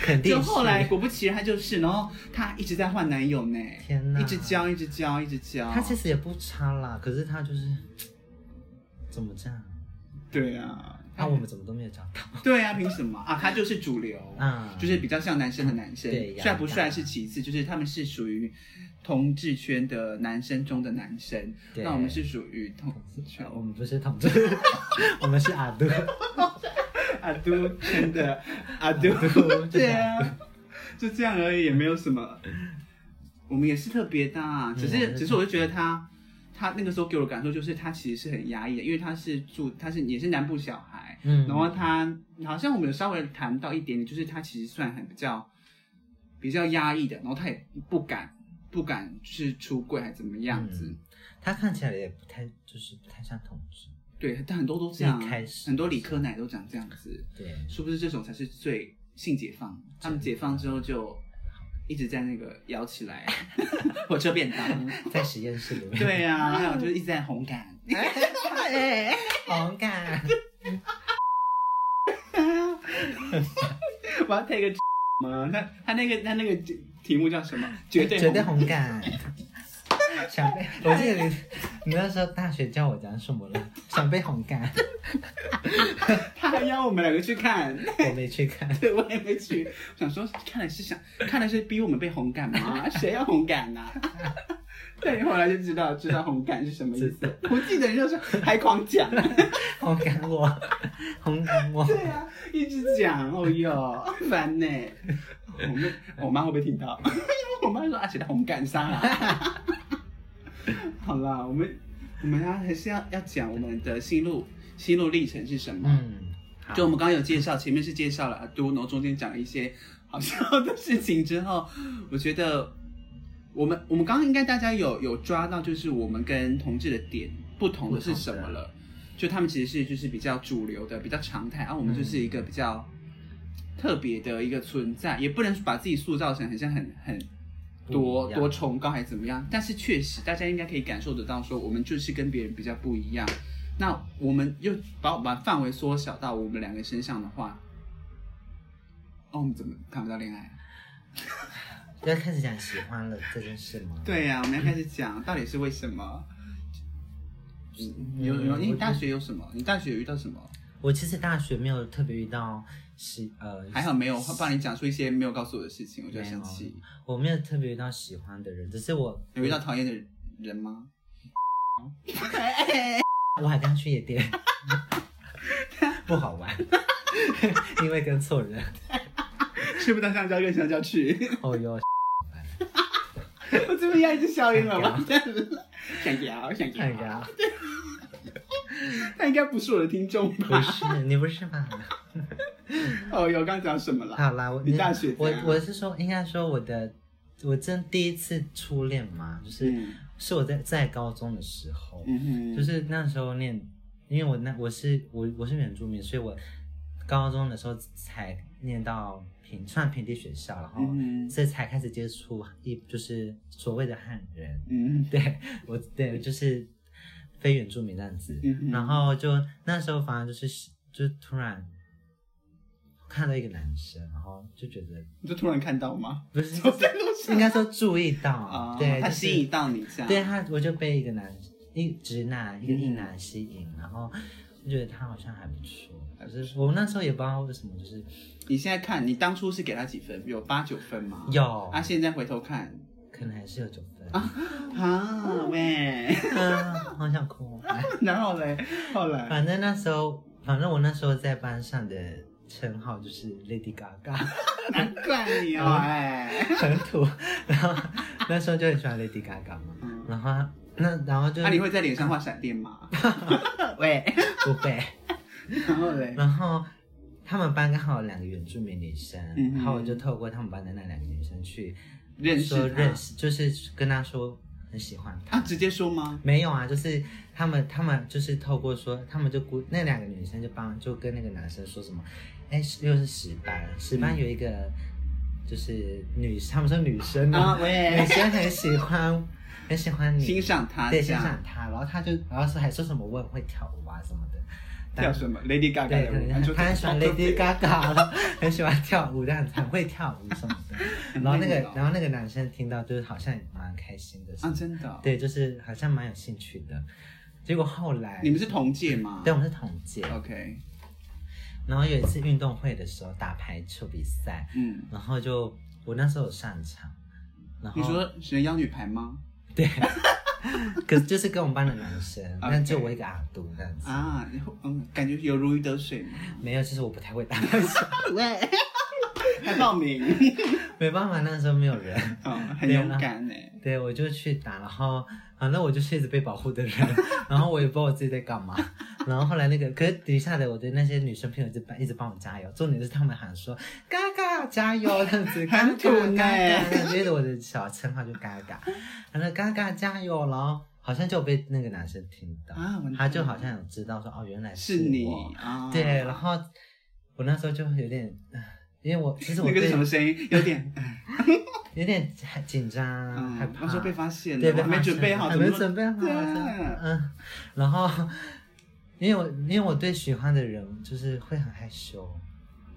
Speaker 2: 肯定。
Speaker 1: 就是后来果不其然他就是，然后他一直在换男友呢，
Speaker 2: 天哪，
Speaker 1: 一直交一直交一直交，
Speaker 2: 他其实也不差啦，可是他就是怎么这样？
Speaker 1: 对啊，
Speaker 2: 那、我们怎么都没有找到？
Speaker 1: 对啊，凭什么啊？他就是主流
Speaker 2: 啊
Speaker 1: *laughs* 就是比较像男生的男生
Speaker 2: 对，呀
Speaker 1: 帅不帅是其次，就是他们是属于同志圈的男生中的男生，
Speaker 2: 对
Speaker 1: 那我们是属于同志圈
Speaker 2: 啊我们不是同志， *laughs* 我们是阿杜。
Speaker 1: 阿都圈
Speaker 2: *laughs*
Speaker 1: 的阿都
Speaker 2: 阿都，
Speaker 1: 对啊，就这样而已，也没有什么，我们也是特别的啊，只是
Speaker 2: 嗯
Speaker 1: 只是我就觉得他。他那个时候给我的感受就是，他其实是很压抑的，因为他是住，他是也是南部小孩，
Speaker 2: 嗯
Speaker 1: 然后他好像我们有稍微谈到一点点，就是他其实算很比较比较压抑的，然后他也不敢不敢是出柜还怎么样子，
Speaker 2: 嗯他看起来也不太，就是不太像同志。
Speaker 1: 对，但很多都这样
Speaker 2: 一
Speaker 1: 啊
Speaker 2: 开，始
Speaker 1: 很多理科奶都长这样子，
Speaker 2: 对，
Speaker 1: 是不是这种才是最性解放？他们解放之后就一直在那个摇起来，啊
Speaker 2: *laughs*
Speaker 1: 火车便当，
Speaker 2: 在实验室里面，
Speaker 1: 对呀、还有就是一直在红感，
Speaker 2: 哎好感。
Speaker 1: *laughs* 我要 take 个吗？那他那个他那个题目叫什么？绝对
Speaker 2: 绝
Speaker 1: 红
Speaker 2: 对红感。
Speaker 1: *laughs*
Speaker 2: 想被，我记得你，你那时候大学叫我讲什么了？想被红感，
Speaker 1: 他还邀我们两个去看，
Speaker 2: 我没去看。
Speaker 1: *laughs* 对我也没去，想说看来是想看来是逼我们被红感吗？谁要红感 *laughs* 呐、但你后来就知道知道红感是什么意
Speaker 2: 知
Speaker 1: 思。我记得你就是还狂讲，
Speaker 2: 红感我，红感我。
Speaker 1: 对啊，一直讲，哦哟，烦呢、 *laughs* 我妹我妈会不会听到？我妈说啊，谁的红感啥、啊？ *laughs* 好啦，我们我们要还是要要讲我们的心路心路历程是什么。
Speaker 2: 嗯，好
Speaker 1: 就我们刚刚有介绍，前面是介绍了阿都，然后中间讲了一些好笑的事情之后， *laughs* 我觉得我们我们刚刚应该大家有有抓到，就是我们跟同志的点不同的是什么了。就他们其实是就是比较主流的、比较常态，而、啊我们就是一个比较特别的一个存在，也不能把自己塑造成很像很很多
Speaker 2: 不一样
Speaker 1: 多崇高还是怎么样，但是确实大家应该可以感受得到，说我们就是跟别人比较不一样。那我们又把把范围缩小到我们两个身上的话，哦，我们怎么谈不到恋爱？
Speaker 2: 要开始讲喜欢了这件事吗？
Speaker 1: 对啊呀、我们要开始讲到底是为什么？
Speaker 2: 嗯，
Speaker 1: 有有，你
Speaker 2: 我
Speaker 1: 大学有什么？你大学有遇到什么？
Speaker 2: 我其实大学没有特别遇到喜呃，
Speaker 1: 还好没有帮你讲出一些没有告诉我的事情，我就要
Speaker 2: 没有
Speaker 1: 生气。
Speaker 2: 我没有特别遇到喜欢的人，只是我
Speaker 1: 有遇到讨厌的人吗？
Speaker 2: 我还跟他去夜店， *laughs* 不好玩， *laughs* 因为跟错人。
Speaker 1: 吃不到香蕉跟香蕉去，
Speaker 2: 哦哟，
Speaker 1: *laughs* 我这边要一直消音了， *laughs*
Speaker 2: 香蕉
Speaker 1: 完蛋了！香蕉，香
Speaker 2: 哎呀
Speaker 1: 蕉，，啊他应该不是我的听众
Speaker 2: 不
Speaker 1: 吧？
Speaker 2: 是你不是吧？
Speaker 1: 哦哟，刚刚讲什么了？
Speaker 2: 好啦，我
Speaker 1: 你大学啊
Speaker 2: 我
Speaker 1: 怎样
Speaker 2: 我是说，应该说我的，我真第一次初恋嘛，就是、
Speaker 1: 嗯
Speaker 2: 是我在在高中的时候，
Speaker 1: 嗯哼，
Speaker 2: 就是那时候念，因为我那我是我我是原住民，所以我高中的时候才念到平算平地学校，然后
Speaker 1: 嗯
Speaker 2: 这才开始接触一就是所谓的汉人，
Speaker 1: 嗯
Speaker 2: 对我对就是非原住民这样子，
Speaker 1: 嗯哼
Speaker 2: 然后就那时候反正就是就突然看到一个男生，然后就觉得
Speaker 1: 你就突然看到吗？ *laughs*
Speaker 2: 不是
Speaker 1: 走在路上
Speaker 2: 应该说注意到，
Speaker 1: 啊，
Speaker 2: 对，
Speaker 1: 他
Speaker 2: 就是
Speaker 1: 吸引到啊你这样，
Speaker 2: 对，啊他，我就被一个男一直男一个
Speaker 1: 嗯
Speaker 2: 一男吸引，然后就觉得他好像还不错，就是我那时候也不知道为什么，就是
Speaker 1: 你现在看，你当初是给他几分？有八九分吗？
Speaker 2: 有，
Speaker 1: 啊，现在回头看，
Speaker 2: 可能还是有九分，
Speaker 1: 啊喂， *laughs*
Speaker 2: 啊，好想哭哦。
Speaker 1: 然后嘞，后来，
Speaker 2: 反正那时候，反正我那时候在班上的称号就是 Lady Gaga， *laughs*
Speaker 1: 难怪你
Speaker 2: 嗯
Speaker 1: 哦，哎，
Speaker 2: 很土，然后那时候就很喜欢 Lady Gaga 嘛，
Speaker 1: 嗯
Speaker 2: 然后那然后就
Speaker 1: 啊那你会在脸上画闪电
Speaker 2: *laughs*
Speaker 1: 吗？喂，
Speaker 2: 不会。
Speaker 1: 然后嘞，
Speaker 2: 然后他们班刚好有两个原住民女生，
Speaker 1: 嗯哼
Speaker 2: 然后我就透过他们班的那两个女生去
Speaker 1: 认识
Speaker 2: 说
Speaker 1: 他
Speaker 2: 认识，就是跟他说很喜欢他。
Speaker 1: 啊，直接说吗？
Speaker 2: 没有啊，就是他们，他们就是透过说，他们就估那两个女生就帮就跟那个男生说什么，哎，又是十班，十
Speaker 1: 嗯
Speaker 2: 班有一个、就是女，他们说女生
Speaker 1: 啊
Speaker 2: 啊， *laughs* 女
Speaker 1: 喂，
Speaker 2: 生很喜欢，很喜欢你，
Speaker 1: 欣赏他
Speaker 2: 对
Speaker 1: 这
Speaker 2: 欣
Speaker 1: 样
Speaker 2: 赏他，然后他就然后说还说什么我也会跳舞啊什么的，但
Speaker 1: 叫什么？Lady Gaga
Speaker 2: 对，
Speaker 1: 的
Speaker 2: 可
Speaker 1: 舞，
Speaker 2: 能
Speaker 1: 就
Speaker 2: 他很喜欢 Lady Gaga 了， *laughs* 很喜欢跳舞，这样子很会跳舞什么
Speaker 1: *laughs*
Speaker 2: 的。然后那个，然后那个男生听到就是好像也蛮开心的，
Speaker 1: 哦啊，真的哦，
Speaker 2: 对，就是好像蛮有兴趣的。结果后来，
Speaker 1: 你们是同届吗？
Speaker 2: 对我们是同届，
Speaker 1: ，OK，
Speaker 2: 然后有一次运动会的时候打排球比赛，
Speaker 1: 嗯，
Speaker 2: 然后就我那时候有上场，然后
Speaker 1: 你说只能邀女排吗？
Speaker 2: 对，可是就是跟我们班的男
Speaker 1: *laughs*
Speaker 2: 生，但就我一个阿杜这样子，
Speaker 1: 啊，然后嗯，感觉有如鱼得水嘛。
Speaker 2: 没有，其实我不太会打排球，
Speaker 1: 喂，还报名，
Speaker 2: 没办法，那时候没有人。
Speaker 1: 嗯，很勇敢呢。
Speaker 2: 对，我就去打，然后反正我就是一直被保护的人， *laughs* 然后我也不知道我自己在干嘛。然后后来那个，可是底下的我的那些女生朋友就帮一直帮我加油，重点是他们喊说“嘎嘎加油”这样
Speaker 1: *laughs*
Speaker 2: 子，嘎
Speaker 1: 很土
Speaker 2: 嘎
Speaker 1: 呢
Speaker 2: 嘎嘎，接着我的小称号就嘎嘎，然后嘎嘎加油，然后好像就被那个男生听到，
Speaker 1: 啊完蛋
Speaker 2: 他就好像有知道说哦，原来
Speaker 1: 是
Speaker 2: 我
Speaker 1: 你啊？
Speaker 2: 对，然后我那时候就有点，呃因为我其实我
Speaker 1: 那个是
Speaker 2: 对
Speaker 1: 什么声音？有点，
Speaker 2: 有点紧张、啊
Speaker 1: 嗯
Speaker 2: 害，怕，
Speaker 1: 我说被发现
Speaker 2: 对，
Speaker 1: 了，我还没准备好，
Speaker 2: 还
Speaker 1: 怎
Speaker 2: 没
Speaker 1: 么
Speaker 2: 准备好，
Speaker 1: 对
Speaker 2: 嗯，然后因为我因为我对喜欢的人就是会很害羞，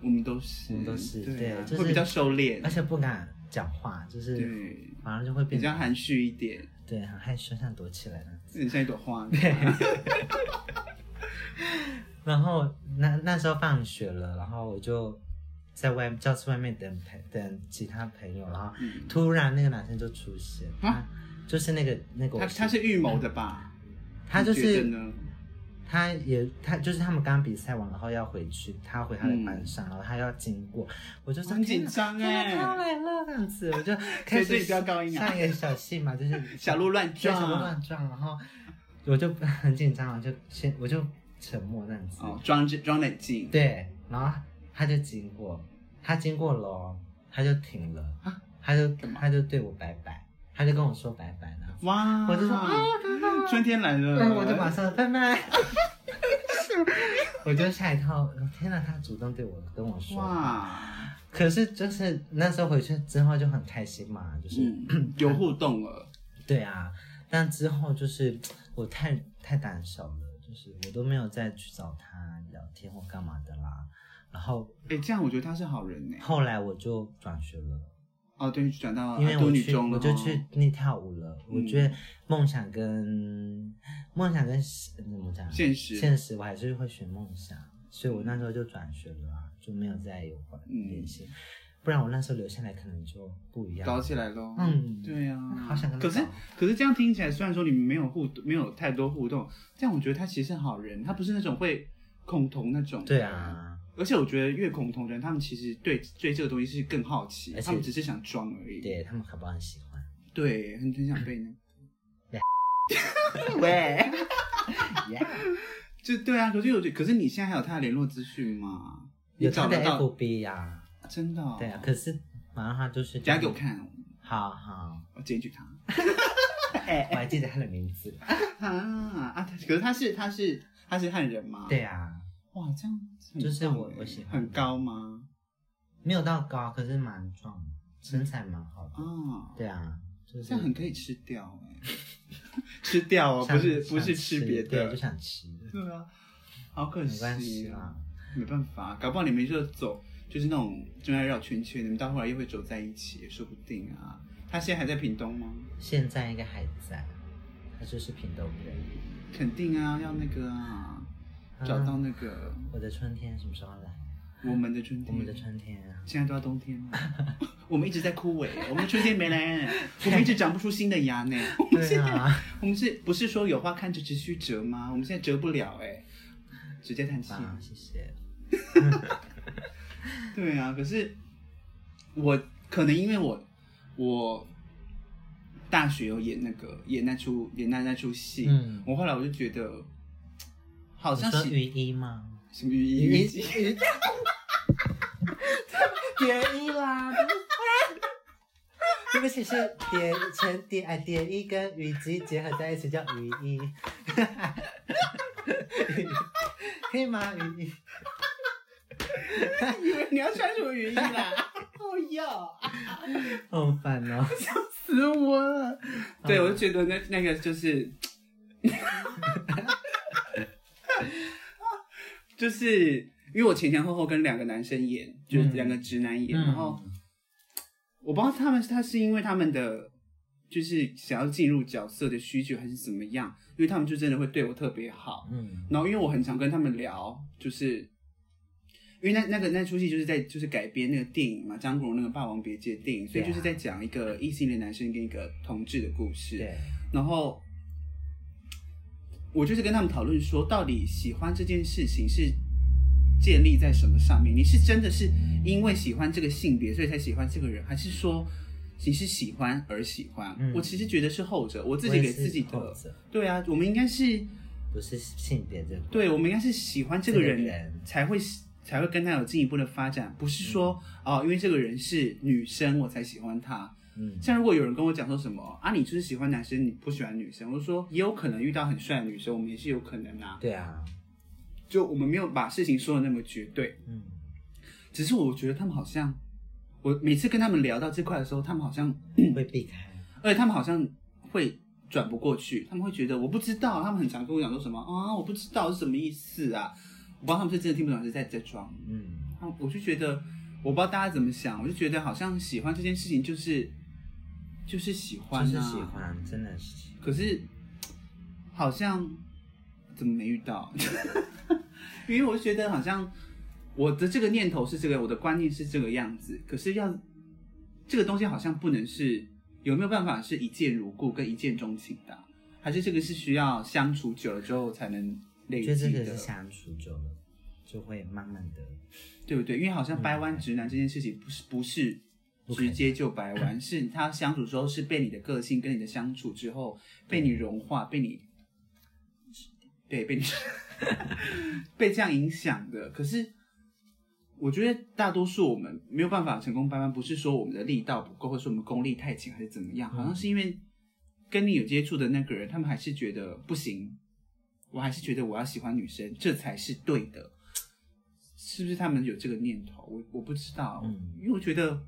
Speaker 1: 我们都是，
Speaker 2: 我们都是
Speaker 1: 对啊
Speaker 2: 对，就是
Speaker 1: 会比较收敛
Speaker 2: 而，且不敢讲话，就是
Speaker 1: 对，
Speaker 2: 反而就会
Speaker 1: 比
Speaker 2: 变
Speaker 1: 较
Speaker 2: 得
Speaker 1: 含蓄一点，
Speaker 2: 对，很害羞，像躲起来那样子。
Speaker 1: 自己像一朵花。
Speaker 2: 然后那那时候放学了，然后我就在外教室外面等朋等其他朋友，然后 *laughs*
Speaker 1: 嗯
Speaker 2: 突然那个男生就出现，
Speaker 1: 啊
Speaker 2: 他就是那个那个我
Speaker 1: 他他是预谋的吧？
Speaker 2: 他就
Speaker 1: 你觉得
Speaker 2: 是
Speaker 1: 呢？
Speaker 2: 他也他就是他们刚比赛完，然后要回去，他回他的班上，然后他要经过，我就说
Speaker 1: 很嗯紧张哎
Speaker 2: 天哪他要来了这样子，我就
Speaker 1: 所以
Speaker 2: 开始
Speaker 1: 自己飙高音啊
Speaker 2: 上演小戏嘛，
Speaker 1: *laughs*
Speaker 2: 就是
Speaker 1: 小鹿乱撞
Speaker 2: 对小鹿乱撞，啊然后我就很紧张，我就先我就沉默那样子，
Speaker 1: 哦，装着装冷静，
Speaker 2: 对，然后他就经过，他经过了哦，他就停了，
Speaker 1: 啊
Speaker 2: 他就
Speaker 1: 干嘛
Speaker 2: 他就对我拜拜，他就跟我说拜拜呢，
Speaker 1: 哇，
Speaker 2: 我就说啊，
Speaker 1: 春天来了，
Speaker 2: 对，我就马上拜拜。 *laughs* 我就吓一跳，天哪！他主动对我跟我说，
Speaker 1: 哇，
Speaker 2: 可是就是那时候回去之后就很开心嘛，就是、
Speaker 1: 嗯，有互动了，
Speaker 2: 对啊。但之后就是我太太胆小了，就是我都没有再去找他聊天或干嘛的啦。然后
Speaker 1: 哎，这样我觉得他是好人呢。
Speaker 2: 后来我就转学了，
Speaker 1: 哦，对，转到
Speaker 2: 因为
Speaker 1: 多
Speaker 2: 我
Speaker 1: 女
Speaker 2: 去
Speaker 1: 中了，哦
Speaker 2: 我就去那跳舞了。我
Speaker 1: 嗯
Speaker 2: 觉得梦想跟梦想跟怎么讲？
Speaker 1: 现实，
Speaker 2: 现实我还是会选梦想，所以我那时候就转学了啊，就没有再有
Speaker 1: 嗯
Speaker 2: 联系。不然我那时候留下来可能就不一样。
Speaker 1: 搞起来喽。
Speaker 2: 嗯
Speaker 1: 对呀、
Speaker 2: 好想跟他
Speaker 1: 啊可是
Speaker 2: 搞
Speaker 1: 可是这样听起来，虽然说你们没有互没有太多互动，但我觉得他其实是好人，他不是那种会恐同那种。
Speaker 2: 对。啊，
Speaker 1: 而且我觉得越恐同的人，他们其实对对这个东西是更好奇
Speaker 2: 而，且
Speaker 1: 他们只是想装而已。
Speaker 2: 对他们可不很喜欢。
Speaker 1: 对，很很想被那
Speaker 2: 对。
Speaker 1: 喂，
Speaker 2: Yeah
Speaker 1: 就对啊，可是我觉得，可是你现在还有他的联络资讯吗？你
Speaker 2: 有
Speaker 1: 找
Speaker 2: 他的
Speaker 1: 得到？
Speaker 2: FB 呀、
Speaker 1: 真的、哦？
Speaker 2: 对啊，可是马上他就是
Speaker 1: 等一下给我，看，
Speaker 2: 好好，
Speaker 1: 我检举他。
Speaker 2: 我还记得他的名字。
Speaker 1: 啊啊！他可是他是他是他是汉人吗？
Speaker 2: 对啊，
Speaker 1: 哇，这样很
Speaker 2: 就是我
Speaker 1: 棒欸
Speaker 2: 我喜欢
Speaker 1: 很高吗？
Speaker 2: 没有到高，可是蛮壮，身材蛮好的。
Speaker 1: 啊，
Speaker 2: 对啊，就是
Speaker 1: 这样很可以吃掉哎、 *laughs* 吃掉哦，不是
Speaker 2: 想
Speaker 1: 不是
Speaker 2: 想
Speaker 1: 吃别
Speaker 2: 对，
Speaker 1: 的
Speaker 2: 就，想吃，
Speaker 1: 对啊，好可
Speaker 2: 没关系
Speaker 1: 惜
Speaker 2: 啦
Speaker 1: 啊，。没办法，搞不好你们就走就是那种中间绕圈圈，你们到后来又会走在一起，也说不定啊。他现在还在屏东吗？
Speaker 2: 现在应该还在，他就是屏东人。
Speaker 1: 肯定啊，要那个啊，
Speaker 2: 嗯
Speaker 1: 找到那个
Speaker 2: 我的春天什么时候来？
Speaker 1: 我们的春
Speaker 2: 我
Speaker 1: 天，
Speaker 2: 们的春天
Speaker 1: *laughs*
Speaker 2: 啊，
Speaker 1: 现在都要冬天
Speaker 2: *laughs*
Speaker 1: 了，我们一直在枯萎，我们的春天没来，我们一直长不出新的芽呢。我们
Speaker 2: 对
Speaker 1: 现在，
Speaker 2: 啊，
Speaker 1: 我们是不是说有花看着只需折吗？我们现在折不了哎、直接叹气。
Speaker 2: 啊，谢谢。
Speaker 1: 对啊，可是我可能因为我我大学有演那个演那出演那那出戏，
Speaker 2: 嗯
Speaker 1: 我后来我就觉得好
Speaker 2: 好
Speaker 1: 像
Speaker 2: 说
Speaker 1: 喜
Speaker 2: 雨衣
Speaker 1: *laughs*
Speaker 2: 吗？
Speaker 1: 什么雨衣雨季
Speaker 2: 雨蝶衣啦。 *laughs* 对不起，是蝶成蝶哎，蝶衣跟雨季结合在一起叫雨衣， *laughs* 可以吗？雨衣，
Speaker 1: 以 *laughs* 为你要穿什么雨衣啦？哦哟。
Speaker 2: 好烦哦。
Speaker 1: 死我了！对，我就觉得那那个就是， *laughs* 就是因为我前前后后跟两个男生演，就是两个直男演，然后我不知道他们他是因为他们的就是想要进入角色的需求还是怎么样，因为他们就真的会对我特别好，
Speaker 2: 嗯，
Speaker 1: 然后因为我很常跟他们聊，就是因为那那个那出戏就是在就是改编那个电影嘛，张国荣那个《霸王别姬》的电影，所以
Speaker 2: 对啊
Speaker 1: 就是在讲一个异性恋男生跟一个同志的故事。
Speaker 2: 对，
Speaker 1: 然后我就是跟他们讨论说，到底喜欢这件事情是建立在什么上面？你是真的是因为喜欢这个性别所以才喜欢这个人，还是说你是喜欢而喜欢？
Speaker 2: 嗯
Speaker 1: 我其实觉得是后者，我自
Speaker 2: 我
Speaker 1: 己
Speaker 2: 也
Speaker 1: 给
Speaker 2: 是
Speaker 1: 自己
Speaker 2: 后
Speaker 1: 的。
Speaker 2: 者
Speaker 1: 对啊，我们应该是。
Speaker 2: 不是性别这个，
Speaker 1: 对，我们应该是喜欢这个
Speaker 2: 这
Speaker 1: 人
Speaker 2: 个人
Speaker 1: 才会才会跟他有进一步的发展，不是说、哦，因为这个人是女生我才喜欢他。
Speaker 2: 嗯，
Speaker 1: 像如果有人跟我讲说什么啊，你就是喜欢男生，你不喜欢女生，我就说也有可能遇到很帅的女生，我们也是有可能啊。
Speaker 2: 对啊，
Speaker 1: 就我们没有把事情说的那么绝对，
Speaker 2: 嗯，
Speaker 1: 只是我觉得他们好像，我每次跟他们聊到这块的时候，他们好像，
Speaker 2: 会避开，
Speaker 1: 而且他们好像会。转不过去，他们会觉得我不知道，他们很常跟我讲说什么啊，我不知道是什么意思啊，我不知道他们是真的听不懂，还是在在装。
Speaker 2: 嗯，
Speaker 1: 啊，我就觉得，我不知道大家怎么想，我就觉得好像喜欢这件事情就是就是喜欢、啊，
Speaker 2: 就是喜。欢，真的是，
Speaker 1: 可是好像怎么没遇到？ *laughs* 因为我就觉得好像我的这个念头是这个，我的观念是这个样子，可是要这个东西好像不能是有没有办法是一见如故跟一见钟情的啊、还是这个是需要相处久了之后才能累
Speaker 2: 觉得这
Speaker 1: 积
Speaker 2: 个
Speaker 1: 的
Speaker 2: 是，相处久了就会慢慢的，
Speaker 1: 对不对？因为好像掰弯直男这件事情不是不是
Speaker 2: 不可
Speaker 1: 直
Speaker 2: 能
Speaker 1: 接就掰弯，是他相处之后是被你的个性跟你的相处之后被你融化，被你对被你 *laughs* 被这样影响的。可是我觉得大多数我们没有办法成功掰弯，不是说我们的力道不够，或是我们功力太浅，还是怎么样，
Speaker 2: 嗯
Speaker 1: 好像是因为跟你有接触的那个人，他们还是觉得不行，我还是觉得我要喜欢女生，这才是对的。是不是他们有这个念头？我我不知道，
Speaker 2: 嗯
Speaker 1: 因为我觉得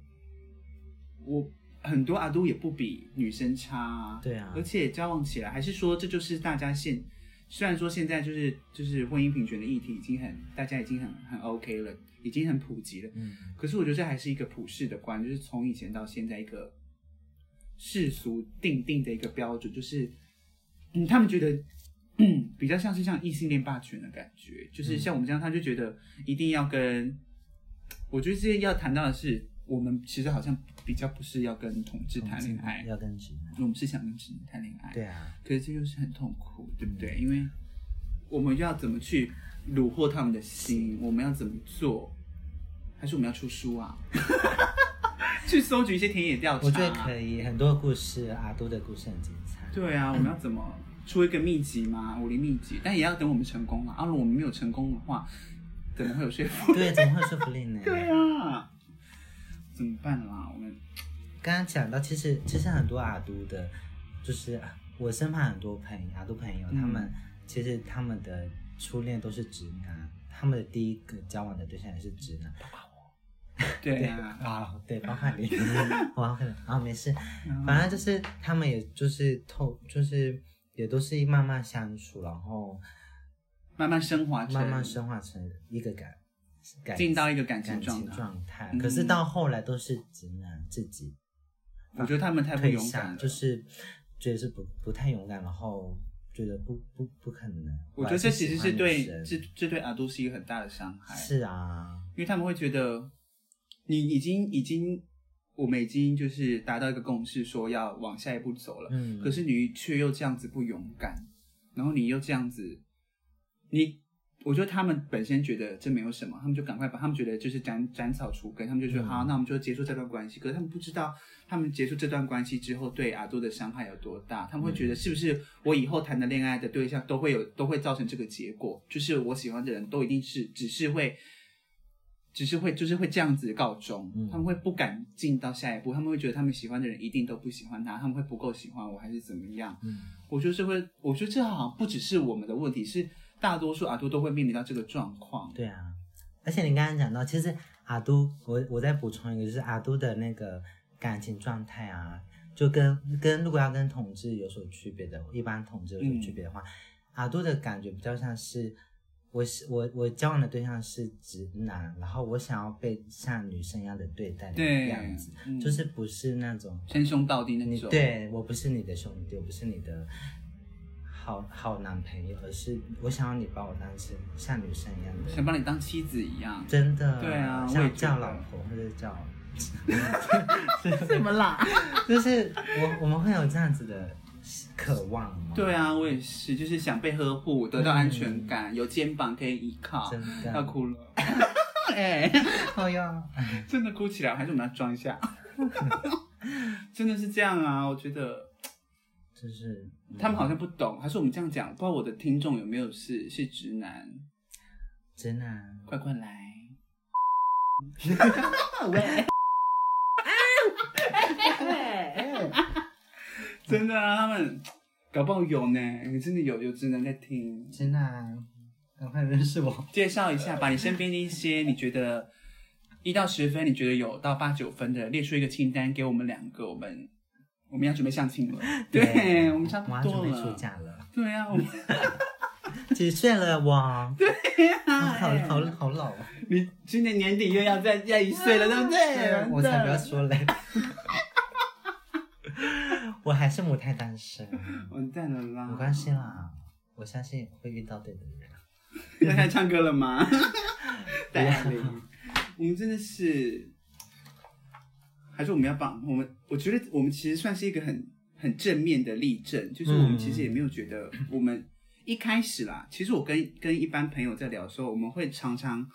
Speaker 1: 我很多阿都也不比女生差、啊，
Speaker 2: 对啊
Speaker 1: 而且交往起来，还是说这就是大家现，虽然说现在就是就是婚姻平权的议题已经很大家已经很很 OK 了，已经很普及了，
Speaker 2: 嗯，
Speaker 1: 可是我觉得这还是一个普世的观，就是从以前到现在一个世俗定定的一个标准，就是嗯，他们觉得。 *clears throat* 嗯，比较像是像异性恋霸权的感觉，就是像我们这样，他就觉得一定要跟。我觉得这要谈到的是，我们其实好像比较不是要跟同志谈恋爱，
Speaker 2: 嗯要跟直男，
Speaker 1: 我们是想跟直男谈恋爱。
Speaker 2: 对啊，
Speaker 1: 可是这又是很痛苦，对不对？因为我们要怎么去虏获他们的心？我们要怎么做？还是我们要出书啊？ *laughs* 去搜集一些田野调查、
Speaker 2: 我觉得可以，很多故事，阿都的故事很精彩，
Speaker 1: 对啊，我们要怎么出一个秘籍吗？武林秘籍，但也要等我们成功啊！啊，如果我们没有成功的话，怎么会有说
Speaker 2: *laughs*
Speaker 1: 服？
Speaker 2: 对，怎么会有说服力呢？
Speaker 1: 对啊，怎么办啦？我们
Speaker 2: 刚刚讲到，其实其实很多阿都的，就是我身旁很多朋友阿都朋友，
Speaker 1: 嗯
Speaker 2: 他们其实他们的初恋都是直男，他们的第一个交往的对象也是直男。
Speaker 1: 对啊，
Speaker 2: 啊，对，包括
Speaker 1: *laughs*
Speaker 2: 你，包括你啊，没事，
Speaker 1: 嗯
Speaker 2: 反正就是他们也就是透，就是也都是慢慢相处，然后
Speaker 1: 慢慢升华成，
Speaker 2: 慢慢升华成一个感感
Speaker 1: 啊进到一个感情
Speaker 2: 感
Speaker 1: 状
Speaker 2: 情
Speaker 1: 态。
Speaker 2: 状态
Speaker 1: 嗯。
Speaker 2: 可是到后来都是直男自己
Speaker 1: 我觉得他们太不
Speaker 2: 退
Speaker 1: 勇敢
Speaker 2: 下，
Speaker 1: 了，
Speaker 2: 就是觉得是不不太勇敢，然后觉得不不不可能。
Speaker 1: 我觉得这其实是对
Speaker 2: 我
Speaker 1: 这
Speaker 2: 还是喜欢女
Speaker 1: 这对阿杜是一个很大的伤害，
Speaker 2: 生是啊，
Speaker 1: 因为他们会觉得你已经已经我们已经就是达到一个共识，说要往下一步走了，
Speaker 2: 嗯，
Speaker 1: 可是你却又这样子不勇敢，然后你又这样子，你我觉得他们本身觉得这没有什么，他们就赶快把他们觉得就是斩斩草除根，他们就说
Speaker 2: 嗯
Speaker 1: 好，那我们就结束这段关系。可是他们不知道，他们结束这段关系之后对阿多的伤害有多大，他们会觉得是不是我以后谈的恋爱的对象都会有都会造成这个结果，就是我喜欢的人都一定是只是会。只是会就是会这样子告终，
Speaker 2: 嗯
Speaker 1: 他们会不敢进到下一步，他们会觉得他们喜欢的人一定都不喜欢他，他们会不够喜欢我还是怎么样？
Speaker 2: 嗯
Speaker 1: 我觉得这会，我觉得这好像不只是我们的问题，是大多数阿都都会面临到这个状况。
Speaker 2: 对啊，而且你刚刚讲到，其实阿都，我我再补充一个，就是阿都的那个感情状态啊，就跟跟如果要跟同志有所区别的，一般同志有所区别的
Speaker 1: 嗯
Speaker 2: 话，阿都的感觉比较像是。我是我我交往的对象是直男，然后我想要被像女生一样的对待的
Speaker 1: 对，
Speaker 2: 样子，
Speaker 1: 嗯
Speaker 2: 就是不是那种
Speaker 1: 称兄道弟那
Speaker 2: 你
Speaker 1: 种。，
Speaker 2: 对我不是你的兄弟，我不是你的好好男朋友，而是我想要你把我当成像女生一样的。
Speaker 1: 想把你当妻子一样
Speaker 2: *laughs* 真的，
Speaker 1: 对啊我也
Speaker 2: 像
Speaker 1: 觉
Speaker 2: 叫
Speaker 1: 得
Speaker 2: 老婆或者叫，
Speaker 1: 怎么啦？
Speaker 2: 就是我我们会有这样子的渴望
Speaker 1: *laughs*
Speaker 2: 吗？
Speaker 1: 对，啊，我也是，就是想被呵护，得到安全感，有肩膀可以依靠。
Speaker 2: 嗯真
Speaker 1: 要
Speaker 2: 的，
Speaker 1: 哭了，
Speaker 2: *laughs*
Speaker 1: 哎、 *laughs*
Speaker 2: 好呀，
Speaker 1: 真的哭起来，还是我们要装一
Speaker 2: *laughs*
Speaker 1: 下？真的是这样啊，我觉得。
Speaker 2: 就是嗯
Speaker 1: 他们好像不懂，还是我们这样讲，不知道我的听众有没有是是直男，
Speaker 2: 真的啊
Speaker 1: 快快来！喂，真的啊，他们 *laughs* 搞不好有呢，真的有有直男在听。
Speaker 2: 真的啊，赶快认识我，
Speaker 1: 介绍一下，把你身边的一些你觉得一到十分，你觉得有到八九分的，列出一个清单给我们两个，我们我们要准备相亲了。对，我们差不
Speaker 2: 我要
Speaker 1: 多
Speaker 2: 准备出
Speaker 1: 了。
Speaker 2: 嫁了，
Speaker 1: 对啊，我们
Speaker 2: 几岁了我？对
Speaker 1: 啊
Speaker 2: 好好
Speaker 1: 哎
Speaker 2: 好老啊。
Speaker 1: 你今年年底又要再再一岁了，对不对？
Speaker 2: 我才不要说嘞， *laughs* 我还是母胎单身，
Speaker 1: 完蛋了啦！
Speaker 2: 没关系啦，我相信会遇到对的人。
Speaker 1: *laughs* 要开始唱歌了吗？
Speaker 2: 不要
Speaker 1: 戴安玲，我们真的是，还是我们要帮我们？我觉得我们其实算是一个很很正面的例证，就是我们
Speaker 2: 嗯
Speaker 1: 其实也没有觉得我们。一开始啦，其实我跟跟一般朋友在聊的时候，我们会常常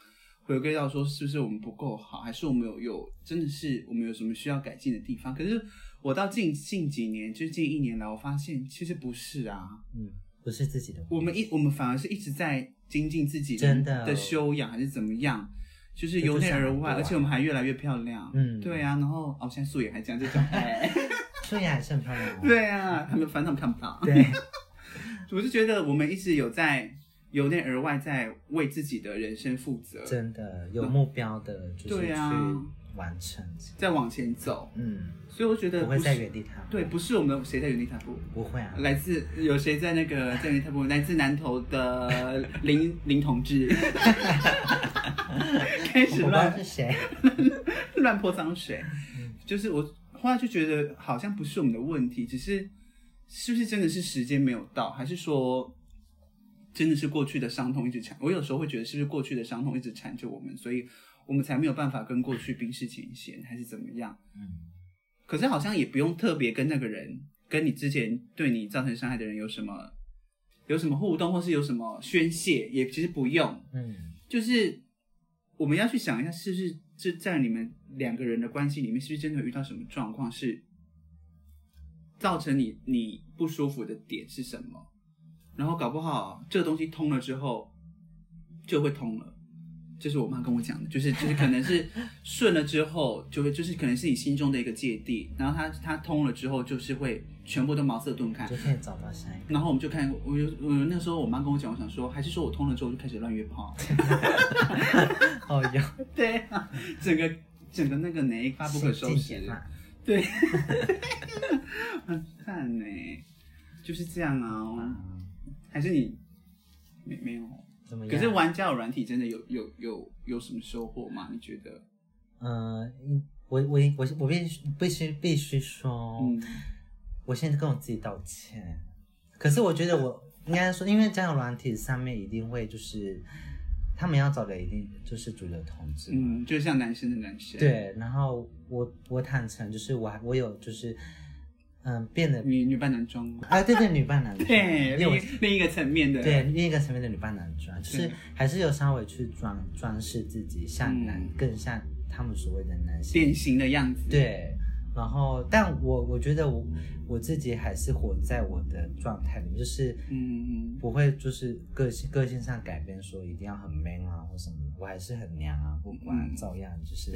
Speaker 1: 回归到说，是不是我们不够好，还是我们有有真的是我们有什么需要改进的地方？可是我到近近几年，就是近一年来，我发现其实不是啊，
Speaker 2: 嗯，不是自己的问题，
Speaker 1: 我们一我们反而是一直在精进自己
Speaker 2: 真的
Speaker 1: 的修养，还是怎么样？就是
Speaker 2: 这
Speaker 1: 由
Speaker 2: 不
Speaker 1: 内
Speaker 2: 想
Speaker 1: 而
Speaker 2: 很多
Speaker 1: 外，
Speaker 2: 啊
Speaker 1: 而且我们还越来越漂亮。
Speaker 2: 嗯
Speaker 1: 对啊。然后哦，现在素颜还这样，这种
Speaker 2: *laughs*
Speaker 1: 哎，
Speaker 2: 素颜还是很漂亮、哦，
Speaker 1: 对啊，他们反正他们看不到。
Speaker 2: 对，
Speaker 1: 我是觉得我们一直有在由内而外在为自己的人生负责，
Speaker 2: 真的有目标的，就是
Speaker 1: 对
Speaker 2: 去
Speaker 1: 啊
Speaker 2: 完成，
Speaker 1: 在往前走。
Speaker 2: 嗯，
Speaker 1: 所以我觉得
Speaker 2: 不
Speaker 1: 不
Speaker 2: 会
Speaker 1: 是
Speaker 2: 在原地踏步，
Speaker 1: 对，不是我们谁在原地踏步。
Speaker 2: 不会啊，
Speaker 1: 来自有谁在那个在原地踏步？来自南投的林林同志，
Speaker 2: *laughs*
Speaker 1: *laughs* 开
Speaker 2: 我不
Speaker 1: 始
Speaker 2: 知
Speaker 1: 乱
Speaker 2: 道
Speaker 1: *laughs*
Speaker 2: 是谁，
Speaker 1: 乱泼脏水，就是我后来就觉得好像不是我们的问题，只是是不是真的是时间没有到，还是说真的是过去的伤痛一直缠？我有时候会觉得是不是过去的伤痛一直缠着我们，所以我们才没有办法跟过去冰释前嫌，还是怎么样？
Speaker 2: 嗯，
Speaker 1: 可是好像也不用特别跟那个人，跟你之前对你造成伤害的人有什么有什么互动，或是有什么宣泄，也其实不用，
Speaker 2: 嗯，
Speaker 1: 就是我们要去想一下，是不是这在你们两个人的关系里面，是不是真的有遇到什么状况是造成你你不舒服的点是什么？然后搞不好这个东西通了之后就会通了。这是我妈跟我讲的，就是就是可能是顺了之后就会，就是可能是你心中的一个芥蒂，然后它它通了之后就是会全部都茅塞顿开，
Speaker 2: 就可以找到下一个，
Speaker 1: 然后我们就看，我就我那时候我妈跟我讲，我想说还是说我通了之后就开始乱约炮，
Speaker 2: 哦哟，
Speaker 1: *laughs* 对啊，整个整个那个哪一发不可收
Speaker 2: 进
Speaker 1: 拾
Speaker 2: 行嘛，
Speaker 1: 对，很赞呢，就是这样啊、
Speaker 2: 嗯，
Speaker 1: 还是你没没有？
Speaker 2: 怎么样？
Speaker 1: 可是玩交友软体真的有有有有什么收获吗？你觉得？
Speaker 2: 呃，嗯我我我我必须必须必须说，
Speaker 1: 嗯
Speaker 2: 我现在跟我自己道歉。可是我觉得我应该说，因为交友软体上面一定会就是他们要找的一定就是主流同志嘛，
Speaker 1: 嗯，就像男生的男生，，
Speaker 2: 对。然后我我坦诚就是我还我有就是嗯变得
Speaker 1: 女女扮男装吗，
Speaker 2: 啊对对女扮男装，
Speaker 1: 对，
Speaker 2: 因为
Speaker 1: 另
Speaker 2: 我
Speaker 1: 一另一个层面的，
Speaker 2: 对，另一个层面的女扮男装，就是
Speaker 1: 对
Speaker 2: 还是有稍微去装装饰自己，像男、
Speaker 1: 嗯
Speaker 2: 更像他们所谓的男性
Speaker 1: 典型的样子，，
Speaker 2: 对，然后但我我觉得我我自己还是活在我的状态里面，就是
Speaker 1: 嗯嗯
Speaker 2: 不会就是个性个性上改变，说一定要很 man 啊或什么，我还是很娘啊，不管
Speaker 1: 嗯
Speaker 2: 照样就是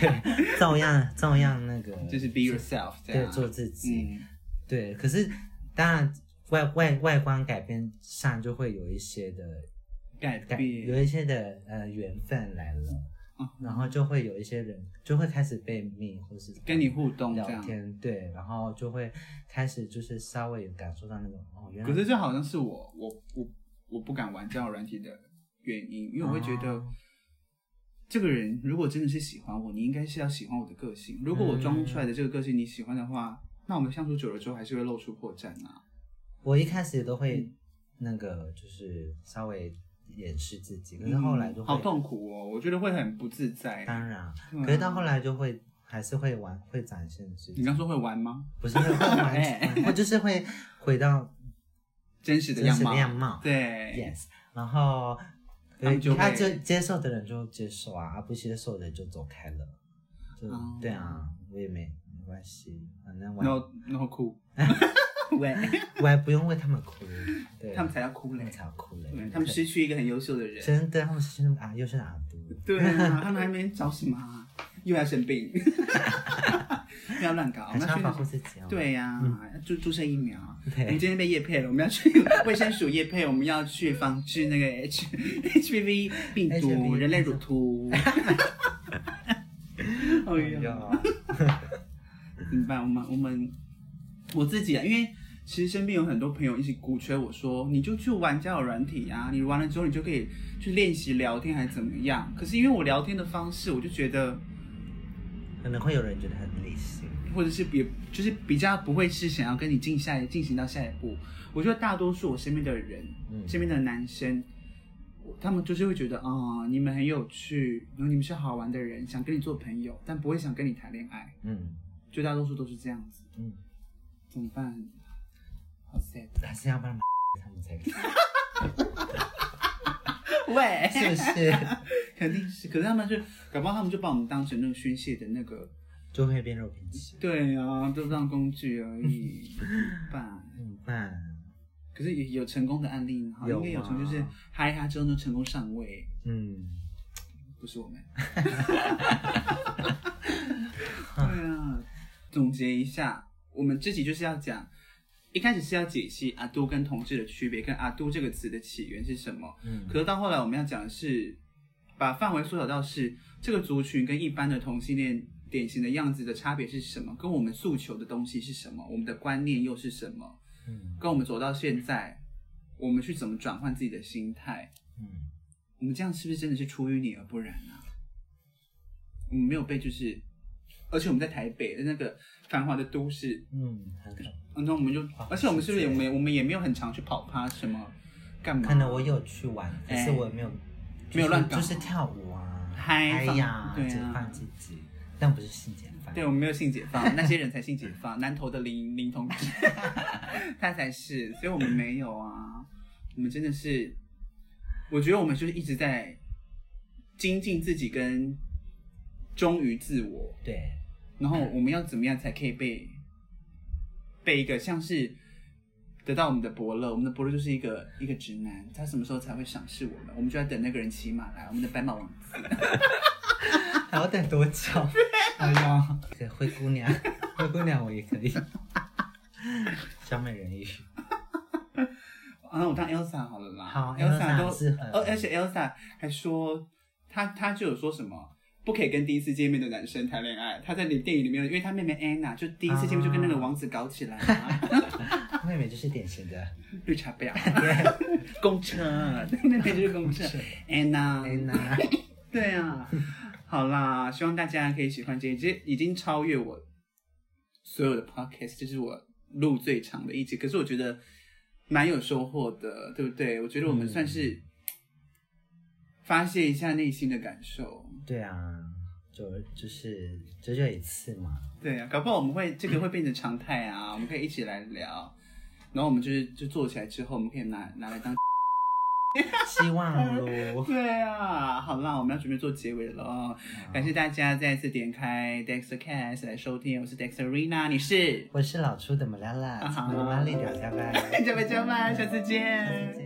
Speaker 2: 对，照样照样那个
Speaker 1: 就是 be yourself 这
Speaker 2: 对
Speaker 1: 样，啊
Speaker 2: 做自己，
Speaker 1: 嗯
Speaker 2: 对，可是当然外外外观改变上就会有一些的
Speaker 1: 改
Speaker 2: 改
Speaker 1: 变，
Speaker 2: 有一些的呃缘分来了，
Speaker 1: 嗯
Speaker 2: 然后就会有一些人就会开始被命或是
Speaker 1: 跟你互动这
Speaker 2: 聊
Speaker 1: 样。
Speaker 2: 天，对，然后就会开始就是稍微有感受到那种哦，原来
Speaker 1: 可是这好像是我我我我不敢玩这样软体的原因，因为我会觉得
Speaker 2: 哦，
Speaker 1: 这个人如果真的是喜欢我，你应该是要喜欢我的个性。如果我装出来的这个个性你喜欢的话，那我们相处久了之后还是会露出破绽啊。
Speaker 2: 我一开始都
Speaker 1: 嗯
Speaker 2: 会那个就是稍微掩饰自己，可是后来就
Speaker 1: 嗯
Speaker 2: 会
Speaker 1: 好痛苦哦，我觉得会很不自在。
Speaker 2: 当然，
Speaker 1: 对啊
Speaker 2: 可是到后来就会还是会玩，会展现自
Speaker 1: 你
Speaker 2: 己，
Speaker 1: 刚说会玩吗？
Speaker 2: 不是会玩
Speaker 1: *laughs* 哎，
Speaker 2: 我就是会回到
Speaker 1: 真实的
Speaker 2: 真
Speaker 1: 样
Speaker 2: 实
Speaker 1: 貌，
Speaker 2: 的样貌，
Speaker 1: *laughs* 对，
Speaker 2: ，yes，然后。
Speaker 1: 他们就会
Speaker 2: 他就接受的人就接受啊，啊不接受的就走开了。就
Speaker 1: 哦
Speaker 2: 对啊，我也没没关系，反正玩
Speaker 1: 然后然后
Speaker 2: *laughs*
Speaker 1: 哭，喂，
Speaker 2: 我还不用为他们哭，对，
Speaker 1: 他们才要哭嘞嗯
Speaker 2: 他 *laughs* 们，才要哭嘞
Speaker 1: 对，他们失去一个很优秀的人。
Speaker 2: 真的，他们是啊，又是阿杜，
Speaker 1: 对啊，他们还没找什么啊， *laughs* 又要生病， *laughs* 又要乱搞，我
Speaker 2: 还是
Speaker 1: 们要
Speaker 2: 要
Speaker 1: 去
Speaker 2: 保护自己哦。，
Speaker 1: 对呀、要注注射疫苗。我们
Speaker 2: 对，
Speaker 1: 今天被叶配了，我们要去卫生署叶配，我们要去防治那个 H HPV 病毒、
Speaker 2: HPV
Speaker 1: 人类乳突。 *laughs* 哎呀，
Speaker 2: 哎呦
Speaker 1: 怎么办？我们我们我自己啊，因为其实身边有很多朋友一直鼓吹我说，你就去玩交友软体啊，你玩了之后你就可以去练习聊天还是怎么样。可是因为我聊天的方式，我就觉得。
Speaker 2: 可能会有人觉得很理性，
Speaker 1: 或者是比就是比较不会是想要跟你进下一进行到下一步。我觉得大多数我身边的人，
Speaker 2: 嗯
Speaker 1: 身边的男生，我他们就是会觉得，啊、你们很有趣，然后你们是好玩的人，想跟你做朋友，但不会想跟你谈恋爱。
Speaker 2: 嗯
Speaker 1: 绝大多数都是这样子，
Speaker 2: 嗯，
Speaker 1: 怎么办？好 sad。
Speaker 2: 还是要不然他们才可以，
Speaker 1: 喂，
Speaker 2: 是不是？ *laughs*
Speaker 1: 肯定是。可是他们是，搞不好他们就把我们当成那个宣泄的那个，
Speaker 2: 就会变肉饼器。
Speaker 1: 对啊，都当工具而已吧。
Speaker 2: 怎么办？
Speaker 1: 可是也有成功的案例哈，
Speaker 2: 有
Speaker 1: 因为有
Speaker 2: 啊
Speaker 1: 成就是嗨一嗨之后呢，成功上位，
Speaker 2: 嗯，
Speaker 1: 不是我们。对啊，总结一下，我们这集就是要讲，一开始是要解析阿都跟同志的区别，跟阿都这个词的起源是什么。
Speaker 2: 嗯
Speaker 1: 可是到后来我们要讲的是，把范围缩小到是这个族群跟一般的同性恋典型的样子的差别是什么，跟我们诉求的东西是什么，我们的观念又是什么，
Speaker 2: 嗯
Speaker 1: 跟我们走到现在，我们去怎么转换自己的心态。
Speaker 2: 嗯，
Speaker 1: 我们这样是不是真的是出淤泥而不染啊？我们没有被就是，而且我们在台北的那个繁华的都市，
Speaker 2: 嗯，很可
Speaker 1: 嗯那我们就
Speaker 2: 哇，
Speaker 1: 而且我们是不是也
Speaker 2: 啊世界
Speaker 1: 没我们也没有很常去跑趴什么干嘛？
Speaker 2: 可能我有去玩，可
Speaker 1: 哎
Speaker 2: 是我没有，就是
Speaker 1: 没有乱搞
Speaker 2: 就是跳舞啊，
Speaker 1: 嗨放
Speaker 2: 呀，
Speaker 1: 对啊
Speaker 2: 解放自己，但不是性解放。
Speaker 1: 对我们没有性解放，那些人才性解放，南投的林林同志， *laughs* 他才是，所以我们没有啊，我们真的是，我觉得我们就是一直在精进自己跟忠于自我，
Speaker 2: 对，
Speaker 1: 然后我们要怎么样才可以被被一个像是得到我们的伯乐？我们的伯乐就是一个一个直男，他什么时候才会赏识我们？我们就要等那个人骑马来，我们的白马王子。
Speaker 2: 还要等多久？
Speaker 1: 哎呀，
Speaker 2: 对灰姑娘，灰姑娘我也可以， *laughs* 小美人鱼，
Speaker 1: 啊，那我当 Elsa 好了啦。
Speaker 2: 好
Speaker 1: ，Elsa
Speaker 2: ，Elsa
Speaker 1: 都
Speaker 2: 是很
Speaker 1: 而而且 Elsa 还说，她她就有说什么。不可以跟第一次见面的男生谈恋爱。她在你电影里面，因为她妹妹 Anna 就第一次见面就跟那个王子搞起来了、
Speaker 2: 妹妹就是典型的，
Speaker 1: 绿茶婊，
Speaker 2: 对，
Speaker 1: *laughs* 公车，妹妹就是公车 Anna
Speaker 2: 哎那
Speaker 1: 对啊， *laughs* 好啦，希望大家可以喜欢这一集，已经超越我所有的 podcast，这是我录最长的一集，可是我觉得蛮有收获的，对不对？我觉得我们
Speaker 2: 嗯
Speaker 1: 算是发泄一下内心的感受。
Speaker 2: 对啊，就就是久久一次嘛，
Speaker 1: 对啊，搞不好我们会这个会变成常态啊，我们可以一起来聊。然后我们就是就做起来之后，我们可以拿拿来当。，
Speaker 2: 希望喽
Speaker 1: *laughs* 对啊，好啦，我们要准备做结尾了哦。感谢大家再次点开 Dexter Cast 来收听，我是 Dexterina，你是 *laughs*
Speaker 2: 我是老初的马拉拉，
Speaker 1: 啊
Speaker 2: 从妈妈力聊，拜拜。
Speaker 1: 加班加班，下次见，
Speaker 2: 下次见